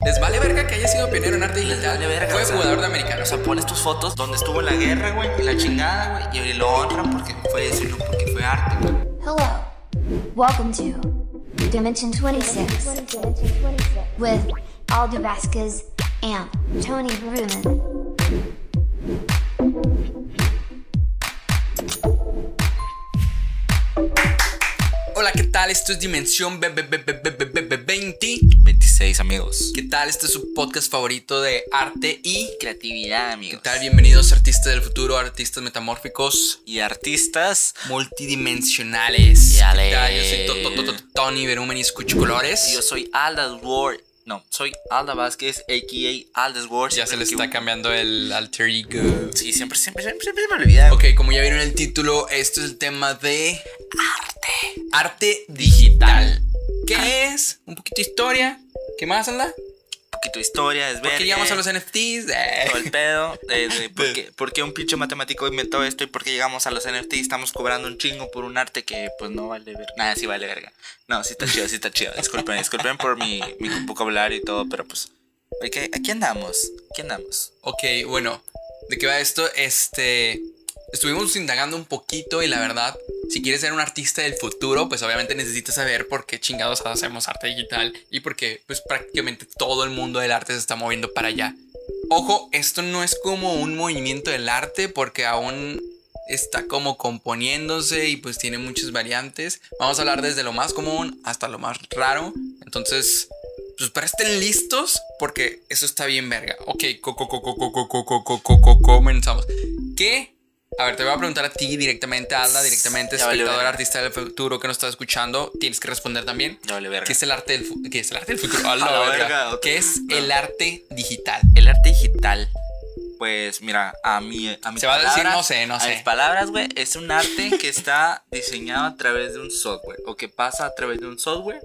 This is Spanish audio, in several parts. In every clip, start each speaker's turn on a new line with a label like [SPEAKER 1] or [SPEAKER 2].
[SPEAKER 1] Les vale verga que haya sido pionero en arte y les
[SPEAKER 2] vale verga,
[SPEAKER 1] Fue
[SPEAKER 2] o sea.
[SPEAKER 1] jugador de americano.
[SPEAKER 2] O sea, pones tus fotos donde estuvo en la guerra, güey, y la chingada, güey, y lo honran porque fue decirlo porque fue arte, güey.
[SPEAKER 3] Hello. Welcome to Dimension 26 with Aldo Vasquez and Tony Bruman.
[SPEAKER 1] Hola, ¿qué tal? Esto es Dimensión B- B- B- B- B- B- B- B- 20.
[SPEAKER 2] 26 amigos.
[SPEAKER 1] ¿Qué tal? Este es su podcast favorito de arte y...
[SPEAKER 2] Creatividad, amigos.
[SPEAKER 1] ¿Qué tal? Bienvenidos artistas del futuro, artistas metamórficos
[SPEAKER 2] Y artistas.
[SPEAKER 1] multidimensionales.
[SPEAKER 2] Yale.
[SPEAKER 1] ¿Qué tal? Yo soy To- To- To- To- Tony Berumen y escucho colores.
[SPEAKER 2] Yo soy Alda Ward. No, soy Alda Vázquez, a.k.a. Alda Ward.
[SPEAKER 1] Ya se le está cambiando el alter ego.
[SPEAKER 2] Sí, siempre, siempre, siempre, siempre me olvida.
[SPEAKER 1] Ok, como ya vieron el título, esto es el tema de arte. Arte digital. ¿Qué es? Un poquito de historia. ¿Qué más, anda?
[SPEAKER 2] Un poquito de historia, es
[SPEAKER 1] ¿Por
[SPEAKER 2] ver.
[SPEAKER 1] qué llegamos a los NFTs? Eh.
[SPEAKER 2] todo el pedo. de- de por, qué, por qué un pinche matemático inventó esto y por qué llegamos a los NFT y estamos cobrando un chingo por un arte que pues no vale verga. Nada, sí vale verga. No, sí está chido, sí está chido. Disculpen, disculpen por mi, mi vocabulario y todo, pero pues. hay que- Aquí andamos, aquí andamos.
[SPEAKER 1] Ok, bueno, ¿de qué va esto? Este. Estuvimos indagando un poquito y la verdad, si quieres ser un artista del futuro, pues obviamente necesitas saber por qué chingados hacemos arte digital y por qué, pues prácticamente todo el mundo del arte se está moviendo para allá. Ojo, esto no es como un movimiento del arte porque aún está como componiéndose y pues tiene muchas variantes. Vamos a hablar desde lo más común hasta lo más raro. Entonces, pues para estén listos porque eso está bien verga. Ok, co- co- co- co- co- co- co- co- co- co- co- comenzamos. ¿Qué? A ver, te voy a preguntar a ti directamente, Alda, directamente,
[SPEAKER 2] Ya valió
[SPEAKER 1] espectador,
[SPEAKER 2] verga.
[SPEAKER 1] artista del futuro que nos está escuchando. Tienes que responder también.
[SPEAKER 2] Ya vale verga.
[SPEAKER 1] ¿Qué es el arte del, fu- qué es el arte del futuro? A la
[SPEAKER 2] la
[SPEAKER 1] verga.
[SPEAKER 2] verga, otra-
[SPEAKER 1] ¿Qué es
[SPEAKER 2] no.
[SPEAKER 1] el arte digital?
[SPEAKER 2] El arte digital, pues mira, a mi, a mis
[SPEAKER 1] Se va a decir,
[SPEAKER 2] palabras-
[SPEAKER 1] no sé, no sé.
[SPEAKER 2] A mis palabras, güey, es un arte que está diseñado a través de un software o que pasa a través de un software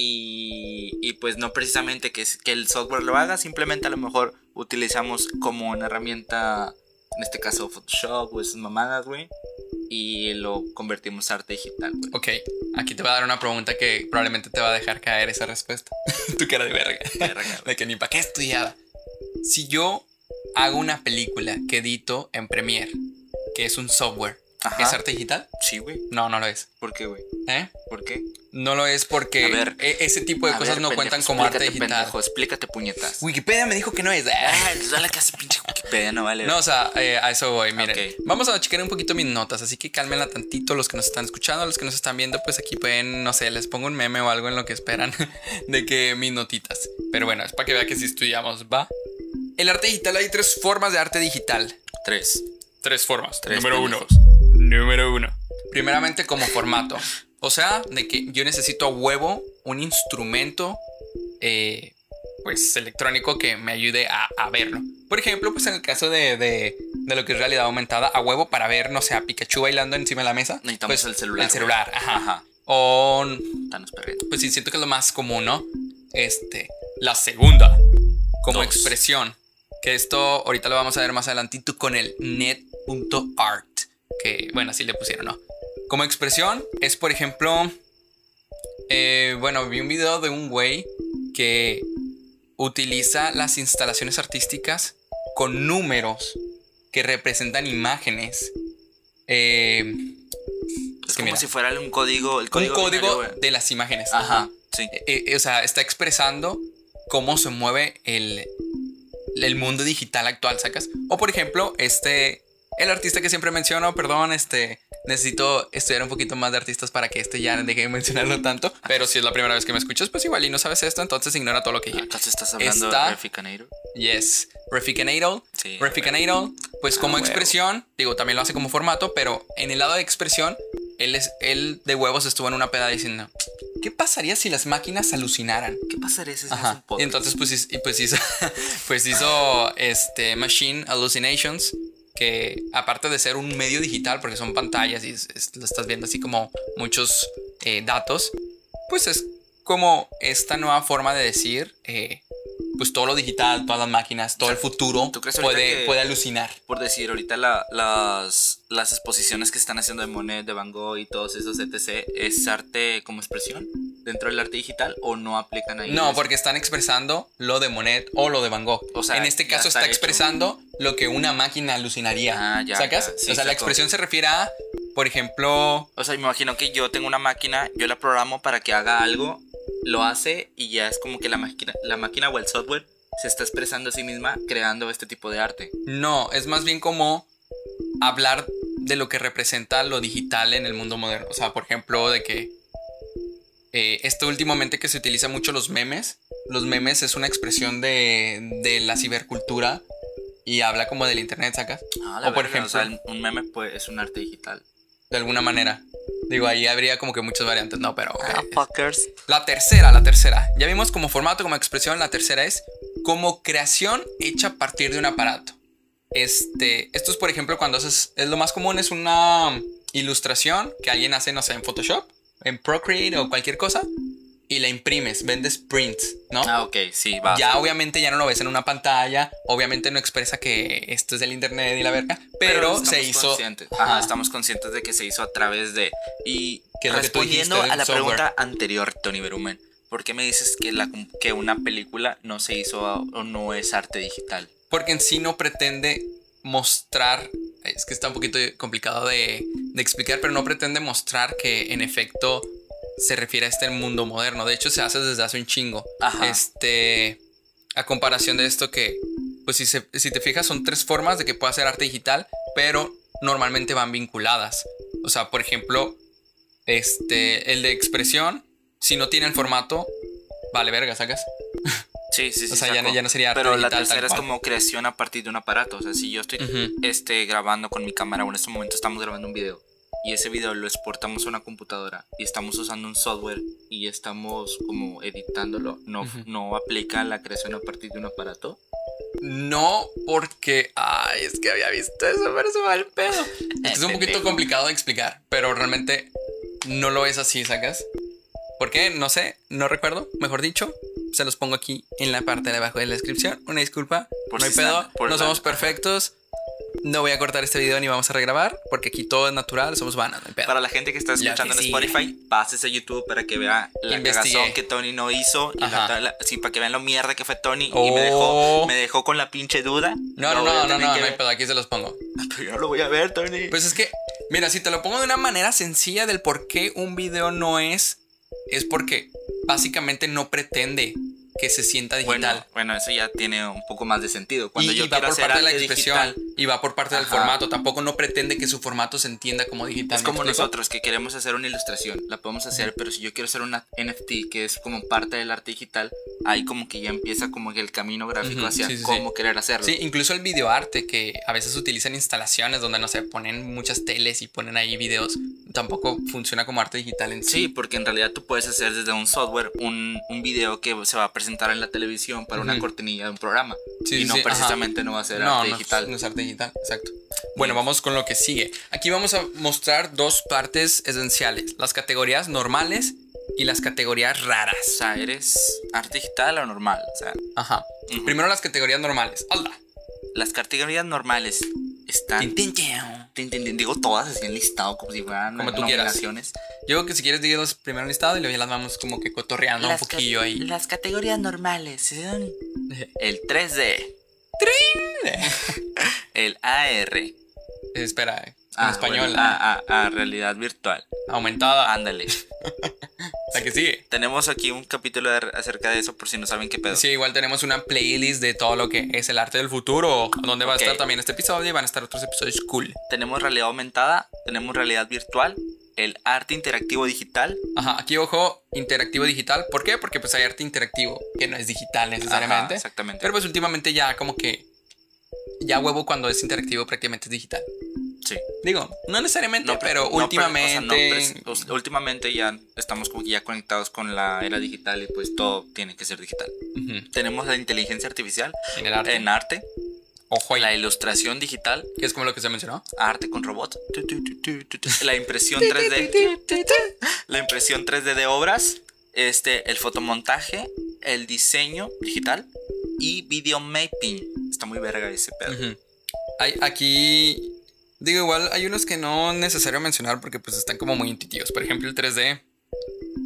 [SPEAKER 2] y, y, pues no precisamente que, es- que el software lo haga, simplemente a lo mejor utilizamos como una herramienta, en este caso Photoshop o esas mamadas, güey, y lo convertimos a arte digital, güey.
[SPEAKER 1] Ok, aquí te voy a dar una pregunta que probablemente te va a dejar caer esa respuesta. tu cara de verga.
[SPEAKER 2] Verga, güey.
[SPEAKER 1] De que ni para qué estudiaba. Si yo hago una película que edito en Premiere, que es un software,
[SPEAKER 2] Ajá.
[SPEAKER 1] ¿es arte digital?
[SPEAKER 2] Sí, güey.
[SPEAKER 1] No, no lo es.
[SPEAKER 2] ¿Por qué, güey?
[SPEAKER 1] ¿Eh?
[SPEAKER 2] ¿Por qué?
[SPEAKER 1] No lo es porque
[SPEAKER 2] A ver.
[SPEAKER 1] e- ese tipo de
[SPEAKER 2] A
[SPEAKER 1] cosas
[SPEAKER 2] ver,
[SPEAKER 1] no
[SPEAKER 2] pendejo,
[SPEAKER 1] cuentan como arte
[SPEAKER 2] explícate,
[SPEAKER 1] digital.
[SPEAKER 2] pendejo, explícate puñetas.
[SPEAKER 1] Wikipedia me dijo que no es. ¿eh?
[SPEAKER 2] Ah, dale que hace pinche Wikipedia, no vale.
[SPEAKER 1] No, o sea, eh, a eso voy, miren.
[SPEAKER 2] Ok.
[SPEAKER 1] Vamos a checar un poquito mis notas, así que cálmenla tantito los que nos están escuchando, los que nos están viendo, pues aquí pueden, no sé, les pongo un meme o algo en lo que esperan de que mis notitas. Pero bueno, es para que vean que si estudiamos, ¿va? El arte digital, hay tres formas de arte digital.
[SPEAKER 2] Tres.
[SPEAKER 1] Tres formas.
[SPEAKER 2] Tres
[SPEAKER 1] Número uno.
[SPEAKER 2] pendejos.
[SPEAKER 1] Número uno. Primeramente como formato. O sea, de que yo necesito a huevo un instrumento eh, pues electrónico que me ayude a, a verlo. Por ejemplo, pues en el caso de, de- de lo que es realidad aumentada, a huevo para ver, no sé, a Pikachu bailando encima de la mesa.
[SPEAKER 2] Necesitamos
[SPEAKER 1] pues,
[SPEAKER 2] el celular,
[SPEAKER 1] El celular, ajá.
[SPEAKER 2] Ajá.
[SPEAKER 1] O
[SPEAKER 2] Tan esperando.
[SPEAKER 1] pues sí, siento que es lo más común, ¿no? Este, la segunda, como
[SPEAKER 2] Dos.
[SPEAKER 1] expresión, que esto ahorita lo vamos a ver más adelantito con el net.art, que bueno, así le pusieron, ¿no? Como expresión es, por ejemplo, eh, bueno, vi un video de un güey que utiliza las instalaciones artísticas con números que representan imágenes. Eh,
[SPEAKER 2] Es
[SPEAKER 1] que
[SPEAKER 2] como
[SPEAKER 1] mira,
[SPEAKER 2] si fuera un código. El
[SPEAKER 1] un
[SPEAKER 2] código binario,
[SPEAKER 1] código
[SPEAKER 2] güey.
[SPEAKER 1] de las imágenes.
[SPEAKER 2] Ajá. Sí.
[SPEAKER 1] Eh, eh, o sea, está expresando cómo se mueve el, el mundo digital actual, ¿sacas? O por ejemplo, este, el artista que siempre menciono, perdón, este, necesito estudiar un poquito más de artistas para que este ya deje de mencionarlo tanto, pero si es la primera vez que me escuchas, pues igual y no sabes esto, entonces ignora todo lo que dije.
[SPEAKER 2] ¿Acaso estás hablando
[SPEAKER 1] eh, Está-
[SPEAKER 2] de Reficanero?
[SPEAKER 1] Yes, Reficanado.
[SPEAKER 2] Sí.
[SPEAKER 1] Reficanado, pues
[SPEAKER 2] Ah,
[SPEAKER 1] como
[SPEAKER 2] huevo.
[SPEAKER 1] expresión, digo, también lo hace como formato, pero en el lado de expresión, él, es, él de huevos estuvo en una peda diciendo, ¿qué pasaría si las máquinas alucinaran?
[SPEAKER 2] ¿Qué pasaría si haces un
[SPEAKER 1] Ajá. Y
[SPEAKER 2] podcast?
[SPEAKER 1] entonces pues, hiz- y pues hizo, pues hizo este Machine Hallucinations, que aparte de ser un medio digital, porque son pantallas y es- es- lo estás viendo así como muchos eh, datos, pues es como esta nueva forma de decir eh, pues todo lo digital, todas las máquinas, todo el futuro
[SPEAKER 2] ¿tú crees ahorita
[SPEAKER 1] puede,
[SPEAKER 2] que-
[SPEAKER 1] puede alucinar.
[SPEAKER 2] Por decir, ahorita la- las, las exposiciones que están haciendo de Monet, de Van Gogh y todos esos etc. ¿Es arte como expresión dentro del arte digital o no aplican ahí?
[SPEAKER 1] No,
[SPEAKER 2] eso?
[SPEAKER 1] porque están expresando lo de Monet o lo de Van Gogh.
[SPEAKER 2] O sea,
[SPEAKER 1] en este
[SPEAKER 2] ya
[SPEAKER 1] caso
[SPEAKER 2] está
[SPEAKER 1] está,
[SPEAKER 2] hecho.
[SPEAKER 1] expresando lo que una máquina alucinaría.
[SPEAKER 2] Ah, ya,
[SPEAKER 1] ¿Sacas?
[SPEAKER 2] ya.
[SPEAKER 1] o
[SPEAKER 2] Sí,
[SPEAKER 1] sea,
[SPEAKER 2] saco.
[SPEAKER 1] la expresión se refiere a, por ejemplo,
[SPEAKER 2] O sea, me imagino que yo tengo una máquina, yo la programo para que haga algo, lo hace y ya es como que la máquina, la máquina o el software se está expresando a sí misma creando este tipo de arte.
[SPEAKER 1] no, es más bien como hablar de lo que representa lo digital en el mundo moderno. O sea, por ejemplo, de que eh, esto últimamente que se utiliza mucho los memes, los memes es una expresión de, de la cibercultura y habla como del internet, ¿sacas?
[SPEAKER 2] Ah,
[SPEAKER 1] O por
[SPEAKER 2] verga, o sea,
[SPEAKER 1] ejemplo-
[SPEAKER 2] un meme pues, es un arte digital.
[SPEAKER 1] De alguna manera. Digo, ahí habría como que muchas variantes, no, pero... eh,
[SPEAKER 2] Ah, fuckers.
[SPEAKER 1] La tercera, la tercera. Ya vimos como formato, como expresión, la tercera es como creación hecha a partir de un aparato. Este, esto es por ejemplo cuando haces, es lo más común es una ilustración que alguien hace, no sé, en Photoshop, en Procreate o cualquier cosa y la imprimes, vendes prints, ¿no?
[SPEAKER 2] Ah, ok, sí, va.
[SPEAKER 1] Ya obviamente ya no lo ves en una pantalla, obviamente no expresa que esto es del internet y la verga, pero,
[SPEAKER 2] estamos
[SPEAKER 1] se hizo
[SPEAKER 2] conscientes. Ajá,
[SPEAKER 1] Ajá.
[SPEAKER 2] estamos conscientes de que se hizo a través de. Y
[SPEAKER 1] Que es lo que tú
[SPEAKER 2] respondiendo
[SPEAKER 1] dijiste,
[SPEAKER 2] a la
[SPEAKER 1] del software.
[SPEAKER 2] pregunta anterior, Tony Berumen, ¿por qué me dices que, la, que una película no se hizo a- o no es arte digital?
[SPEAKER 1] Porque en sí no pretende mostrar. Es que está un poquito complicado de, de explicar, pero no pretende mostrar que en efecto se refiere a este mundo moderno. De hecho, se hace desde hace un chingo.
[SPEAKER 2] Ajá.
[SPEAKER 1] Este. A comparación de esto que. Pues si, se- si te fijas, son tres formas de que pueda ser arte digital, pero normalmente van vinculadas. O sea, por ejemplo, este. El de expresión. Si no tiene el formato. Vale, verga, sacas.
[SPEAKER 2] Sí, sí, sí.
[SPEAKER 1] O sea, ya
[SPEAKER 2] saco.
[SPEAKER 1] no- ya no sería arte
[SPEAKER 2] Pero la
[SPEAKER 1] digital, tal
[SPEAKER 2] tercera es
[SPEAKER 1] cual.
[SPEAKER 2] como creación a partir de un aparato. O sea, si yo estoy
[SPEAKER 1] Ujú.
[SPEAKER 2] este, grabando con mi cámara, o en este momento estamos grabando un video, y ese video lo exportamos a una computadora, y estamos usando un software, y estamos como editándolo, no,
[SPEAKER 1] Ujú.
[SPEAKER 2] no aplica la creación a partir de un aparato.
[SPEAKER 1] No, porque. Ay, es que había visto eso, pero se me va el pedo. Es, que es un poquito
[SPEAKER 2] Pendejo.
[SPEAKER 1] complicado de explicar, pero realmente no lo es así, ¿sacas? ¿Por qué? No sé, no recuerdo. Mejor dicho, se los pongo aquí en la parte de abajo de la descripción. Una disculpa,
[SPEAKER 2] Por
[SPEAKER 1] no hay
[SPEAKER 2] si
[SPEAKER 1] pedo,
[SPEAKER 2] sal- por
[SPEAKER 1] no
[SPEAKER 2] la-
[SPEAKER 1] somos perfectos. No voy a cortar este video ni vamos a regrabar, porque aquí todo es natural, somos vanas, no hay pedo.
[SPEAKER 2] Para la gente que está
[SPEAKER 1] Ya
[SPEAKER 2] escuchando
[SPEAKER 1] que
[SPEAKER 2] en
[SPEAKER 1] sí.
[SPEAKER 2] Spotify, pases a YouTube para que vea la
[SPEAKER 1] Investigué.
[SPEAKER 2] cagazón que Tony no hizo. Y la-
[SPEAKER 1] Ajá.
[SPEAKER 2] la- sí, para que vean lo mierda que fue Tony. Y
[SPEAKER 1] Oh.
[SPEAKER 2] me dejó, me dejó con la pinche duda.
[SPEAKER 1] No,
[SPEAKER 2] Lo
[SPEAKER 1] no,
[SPEAKER 2] voy a
[SPEAKER 1] no, no, no,
[SPEAKER 2] tener
[SPEAKER 1] no,
[SPEAKER 2] que
[SPEAKER 1] hay
[SPEAKER 2] ver.
[SPEAKER 1] pedo, aquí se los pongo.
[SPEAKER 2] Pero yo no lo voy a ver, Tony.
[SPEAKER 1] Pues es que, mira, si te lo pongo de una manera sencilla del por qué un video no es, es porque básicamente no pretende que se sienta
[SPEAKER 2] bueno,
[SPEAKER 1] digital.
[SPEAKER 2] bueno, eso ya tiene un poco más de sentido.
[SPEAKER 1] Y,
[SPEAKER 2] Cuando yo
[SPEAKER 1] y va
[SPEAKER 2] quiero
[SPEAKER 1] por
[SPEAKER 2] hacer
[SPEAKER 1] parte de la
[SPEAKER 2] arte
[SPEAKER 1] expresión
[SPEAKER 2] digital,
[SPEAKER 1] y va por parte del
[SPEAKER 2] Ajá.
[SPEAKER 1] formato. Tampoco no pretende que su formato se entienda como digital.
[SPEAKER 2] es
[SPEAKER 1] ¿me
[SPEAKER 2] como
[SPEAKER 1] explico?
[SPEAKER 2] nosotros que queremos hacer una ilustración, la podemos hacer, pero si yo quiero hacer una NFT que es como parte del arte digital, ahí como que ya empieza como que el camino gráfico
[SPEAKER 1] Ujú,
[SPEAKER 2] hacia
[SPEAKER 1] sí, sí, sí.
[SPEAKER 2] cómo querer hacerlo.
[SPEAKER 1] Sí, incluso el videoarte que a veces utilizan instalaciones donde no se ponen muchas teles y ponen ahí videos. Tampoco funciona como arte digital en sí.
[SPEAKER 2] Sí, porque en realidad tú puedes hacer desde un software un, un video que se va a presentar en la televisión para una
[SPEAKER 1] Ujú.
[SPEAKER 2] cortinilla de un programa.
[SPEAKER 1] Sí,
[SPEAKER 2] y
[SPEAKER 1] sí,
[SPEAKER 2] no
[SPEAKER 1] sí, ajá.
[SPEAKER 2] precisamente no va a ser
[SPEAKER 1] no,
[SPEAKER 2] arte
[SPEAKER 1] no,
[SPEAKER 2] digital.
[SPEAKER 1] No es arte digital, exacto. Bueno, vamos con lo que sigue. Aquí vamos a mostrar dos partes esenciales: las categorías normales y las categorías
[SPEAKER 2] O
[SPEAKER 1] raras.
[SPEAKER 2] sea, eres arte digital o normal. O sea,
[SPEAKER 1] Ajá.
[SPEAKER 2] Ujú.
[SPEAKER 1] Primero las categorías normales. Hola.
[SPEAKER 2] las categorías normales están.
[SPEAKER 1] Tin, tin, chao.
[SPEAKER 2] tin, tin, tin, digo todas así en listado, como si fueran
[SPEAKER 1] Como tú quieras.
[SPEAKER 2] nominaciones.
[SPEAKER 1] Yo creo que si quieres, dígalos primero en listado y luego ya las vamos como que cotorreando un
[SPEAKER 2] Las
[SPEAKER 1] poquillo
[SPEAKER 2] ca-
[SPEAKER 1] ahí.
[SPEAKER 2] Las categorías normales son el 3D, el AR.
[SPEAKER 1] Espera, eh, en
[SPEAKER 2] Ah,
[SPEAKER 1] español.
[SPEAKER 2] bueno, ah, ah, ah, realidad virtual.
[SPEAKER 1] ah, Aumentada.
[SPEAKER 2] Ándale.
[SPEAKER 1] la que sigue.
[SPEAKER 2] Tenemos aquí un capítulo de- acerca de eso por si no saben qué pedo.
[SPEAKER 1] Sí, igual tenemos una playlist de todo lo que es el arte del futuro, donde va
[SPEAKER 2] Ok.
[SPEAKER 1] a estar también este episodio y van a estar otros episodios cool.
[SPEAKER 2] Tenemos realidad aumentada, tenemos realidad virtual, el arte interactivo digital.
[SPEAKER 1] Ajá, aquí ojo, interactivo digital. ¿Por qué? Porque pues hay arte interactivo que no es digital
[SPEAKER 2] Ajá,
[SPEAKER 1] necesariamente.
[SPEAKER 2] exactamente.
[SPEAKER 1] pero pues últimamente ya como que ya huevo cuando es interactivo prácticamente es digital.
[SPEAKER 2] sí.
[SPEAKER 1] Digo, no necesariamente,
[SPEAKER 2] No, pre-
[SPEAKER 1] pero
[SPEAKER 2] no, pre- o sea, no
[SPEAKER 1] últimamente
[SPEAKER 2] pres- o sea, últimamente ya estamos como que ya conectados con la era digital y pues todo tiene que ser digital.
[SPEAKER 1] ujú,
[SPEAKER 2] Tenemos la inteligencia artificial
[SPEAKER 1] en el arte.
[SPEAKER 2] en arte,
[SPEAKER 1] ojo ahí,
[SPEAKER 2] la ilustración digital,
[SPEAKER 1] que es como lo que se mencionó.
[SPEAKER 2] arte con robots, tu, tu, tu, tu, tu, tu, la impresión 3D, la impresión 3D de obras, este, el fotomontaje, el diseño digital, y video mapping. Está muy verga ese pedo.
[SPEAKER 1] Ujú. Hay, aquí. Digo, igual hay unos que no es necesario mencionar porque pues están como muy intuitivos. Por ejemplo, el 3D.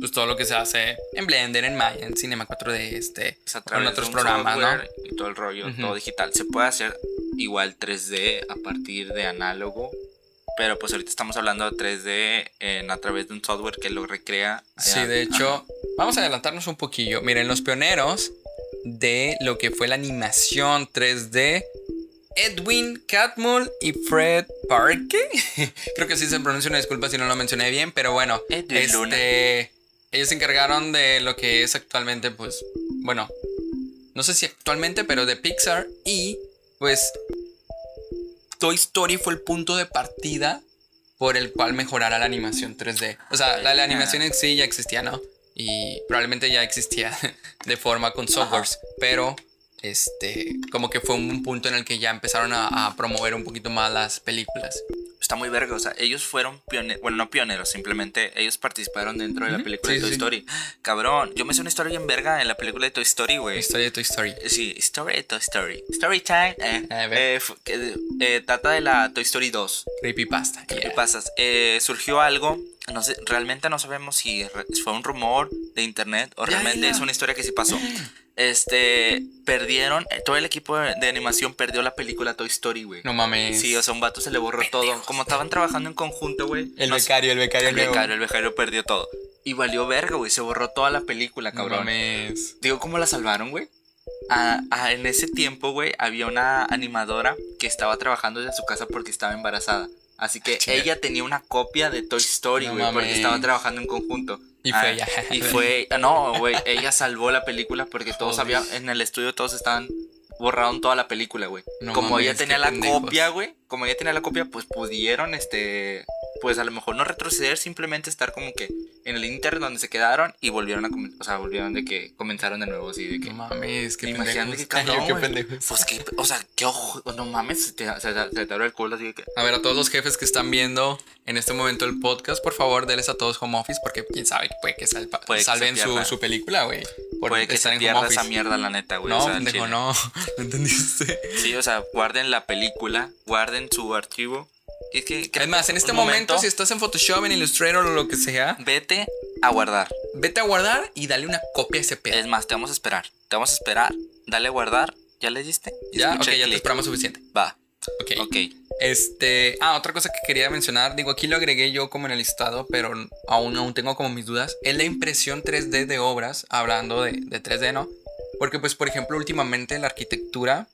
[SPEAKER 1] Pues todo lo que se hace en Blender, en Maya, en Cinema 4D, este.
[SPEAKER 2] Es a
[SPEAKER 1] o en
[SPEAKER 2] través
[SPEAKER 1] otros
[SPEAKER 2] de un
[SPEAKER 1] programas, ¿no?
[SPEAKER 2] software Y todo el rollo,
[SPEAKER 1] Ujú.
[SPEAKER 2] todo digital. Se puede hacer igual 3D a partir de análogo. Pero pues ahorita estamos hablando de 3D en- a través de un software que lo recrea.
[SPEAKER 1] Sí,
[SPEAKER 2] allá.
[SPEAKER 1] de hecho, vamos a adelantarnos un poquillo. Miren, los pioneros de lo que fue la animación 3D, Edwin Catmull y Fred Parke. Creo que sí se pronuncia una disculpa si no lo mencioné bien, pero bueno,
[SPEAKER 2] Edwin
[SPEAKER 1] este,
[SPEAKER 2] Luna.
[SPEAKER 1] ellos se encargaron de lo que es actualmente, pues, bueno, no sé si actualmente, pero de Pixar y pues Toy Story fue el punto de partida por el cual mejorará la animación 3D. O sea, la, la animación en sí ya existía, ¿no? Y probablemente ya existía de forma con softwares, pero este, como que fue un punto en el que ya empezaron a, a promover un poquito más las películas.
[SPEAKER 2] Está muy verga, o sea, ellos fueron pioneros, bueno, no pioneros, simplemente ellos participaron dentro de la
[SPEAKER 1] Ujú, sí,
[SPEAKER 2] película de Toy
[SPEAKER 1] sí, sí.
[SPEAKER 2] Story. Cabrón, yo me sé una historia bien verga en la película de Toy Story, güey.
[SPEAKER 1] Historia de Toy Story.
[SPEAKER 2] Sí, historia de Toy Story. Story time. eh.
[SPEAKER 1] A ver.
[SPEAKER 2] Eh, fu- que- eh, trata de la Toy Story 2.
[SPEAKER 1] Creepypasta.
[SPEAKER 2] ¿Qué
[SPEAKER 1] yeah.
[SPEAKER 2] pasas? Eh, surgió algo, no sé, realmente no sabemos si re- fue un rumor de internet o
[SPEAKER 1] Ya,
[SPEAKER 2] realmente
[SPEAKER 1] dilo.
[SPEAKER 2] es una historia que sí pasó. Este, perdieron, eh, todo el equipo de de animación perdió la película Toy Story, güey.
[SPEAKER 1] No mames.
[SPEAKER 2] Sí, o sea, un vato se le borró todo. Como estaban trabajando en conjunto, güey.
[SPEAKER 1] el
[SPEAKER 2] no sé,
[SPEAKER 1] becario, el becario.
[SPEAKER 2] el
[SPEAKER 1] nuevo.
[SPEAKER 2] becario, el becario perdió todo. Y valió verga, güey, se borró toda la película,
[SPEAKER 1] No
[SPEAKER 2] cabrón.
[SPEAKER 1] mames.
[SPEAKER 2] Digo, ¿cómo la salvaron, güey? Ah, ah, en ese tiempo, güey, había una animadora que estaba trabajando desde su casa porque estaba embarazada. Así que
[SPEAKER 1] Ah, chinga.
[SPEAKER 2] ella tenía una copia de Toy Story,
[SPEAKER 1] No
[SPEAKER 2] güey, porque
[SPEAKER 1] mames.
[SPEAKER 2] estaba trabajando en conjunto.
[SPEAKER 1] Y
[SPEAKER 2] Ah,
[SPEAKER 1] fue ella.
[SPEAKER 2] Y fue, ah, no, güey, ella salvó la película porque todos
[SPEAKER 1] Joder.
[SPEAKER 2] habían, en el estudio todos estaban, borraron toda la película, güey.
[SPEAKER 1] No
[SPEAKER 2] como
[SPEAKER 1] mames,
[SPEAKER 2] ella tenía
[SPEAKER 1] qué
[SPEAKER 2] la
[SPEAKER 1] pendejos.
[SPEAKER 2] copia, güey, como ella tenía la copia, pues pudieron, este, pues a lo mejor no retroceder, simplemente estar como que en el inter donde se quedaron y volvieron a, comen- o sea, volvieron de que comenzaron de nuevo, así de que...
[SPEAKER 1] No mames, qué
[SPEAKER 2] Imagínate
[SPEAKER 1] pendejos.
[SPEAKER 2] qué cabrón,
[SPEAKER 1] Yo, qué
[SPEAKER 2] güey.
[SPEAKER 1] pendejos.
[SPEAKER 2] Pues que, o sea, qué ojo, no mames, se te, se, te- se te abre el culo así de que...
[SPEAKER 1] A ver, a todos los jefes que están viendo en este momento el podcast, por favor, denles a todos home office porque quién sabe, puede que salva-
[SPEAKER 2] Puede que
[SPEAKER 1] salven
[SPEAKER 2] se
[SPEAKER 1] su,
[SPEAKER 2] pierda.
[SPEAKER 1] su película, güey. Por
[SPEAKER 2] puede que
[SPEAKER 1] estar
[SPEAKER 2] se
[SPEAKER 1] en home
[SPEAKER 2] pierda
[SPEAKER 1] office.
[SPEAKER 2] esa mierda, la neta, güey. o
[SPEAKER 1] no,
[SPEAKER 2] sea, al
[SPEAKER 1] pendejo,
[SPEAKER 2] chile.
[SPEAKER 1] no. ¿No entendiste?
[SPEAKER 2] Sí, o sea, guarden la película, guarden su archivo. Es que, que-
[SPEAKER 1] Es más, en este
[SPEAKER 2] un
[SPEAKER 1] momento, si estás en Photoshop, en Illustrator o lo que sea,
[SPEAKER 2] vete a guardar.
[SPEAKER 1] vete a guardar y dale una copia a ese pedo.
[SPEAKER 2] Es más, te vamos a esperar. Te vamos a esperar. Dale a guardar. ¿Ya le diste?
[SPEAKER 1] ya, ok,
[SPEAKER 2] Escucha el
[SPEAKER 1] ya te
[SPEAKER 2] clic.
[SPEAKER 1] esperamos suficiente.
[SPEAKER 2] Va,
[SPEAKER 1] Ok.
[SPEAKER 2] ok.
[SPEAKER 1] Este, ah, otra cosa que quería mencionar, digo, aquí lo agregué yo como en el listado, pero aún, aún tengo como mis dudas, es la impresión 3D de obras, hablando de, de 3D, ¿no? Porque pues, por ejemplo, últimamente la arquitectura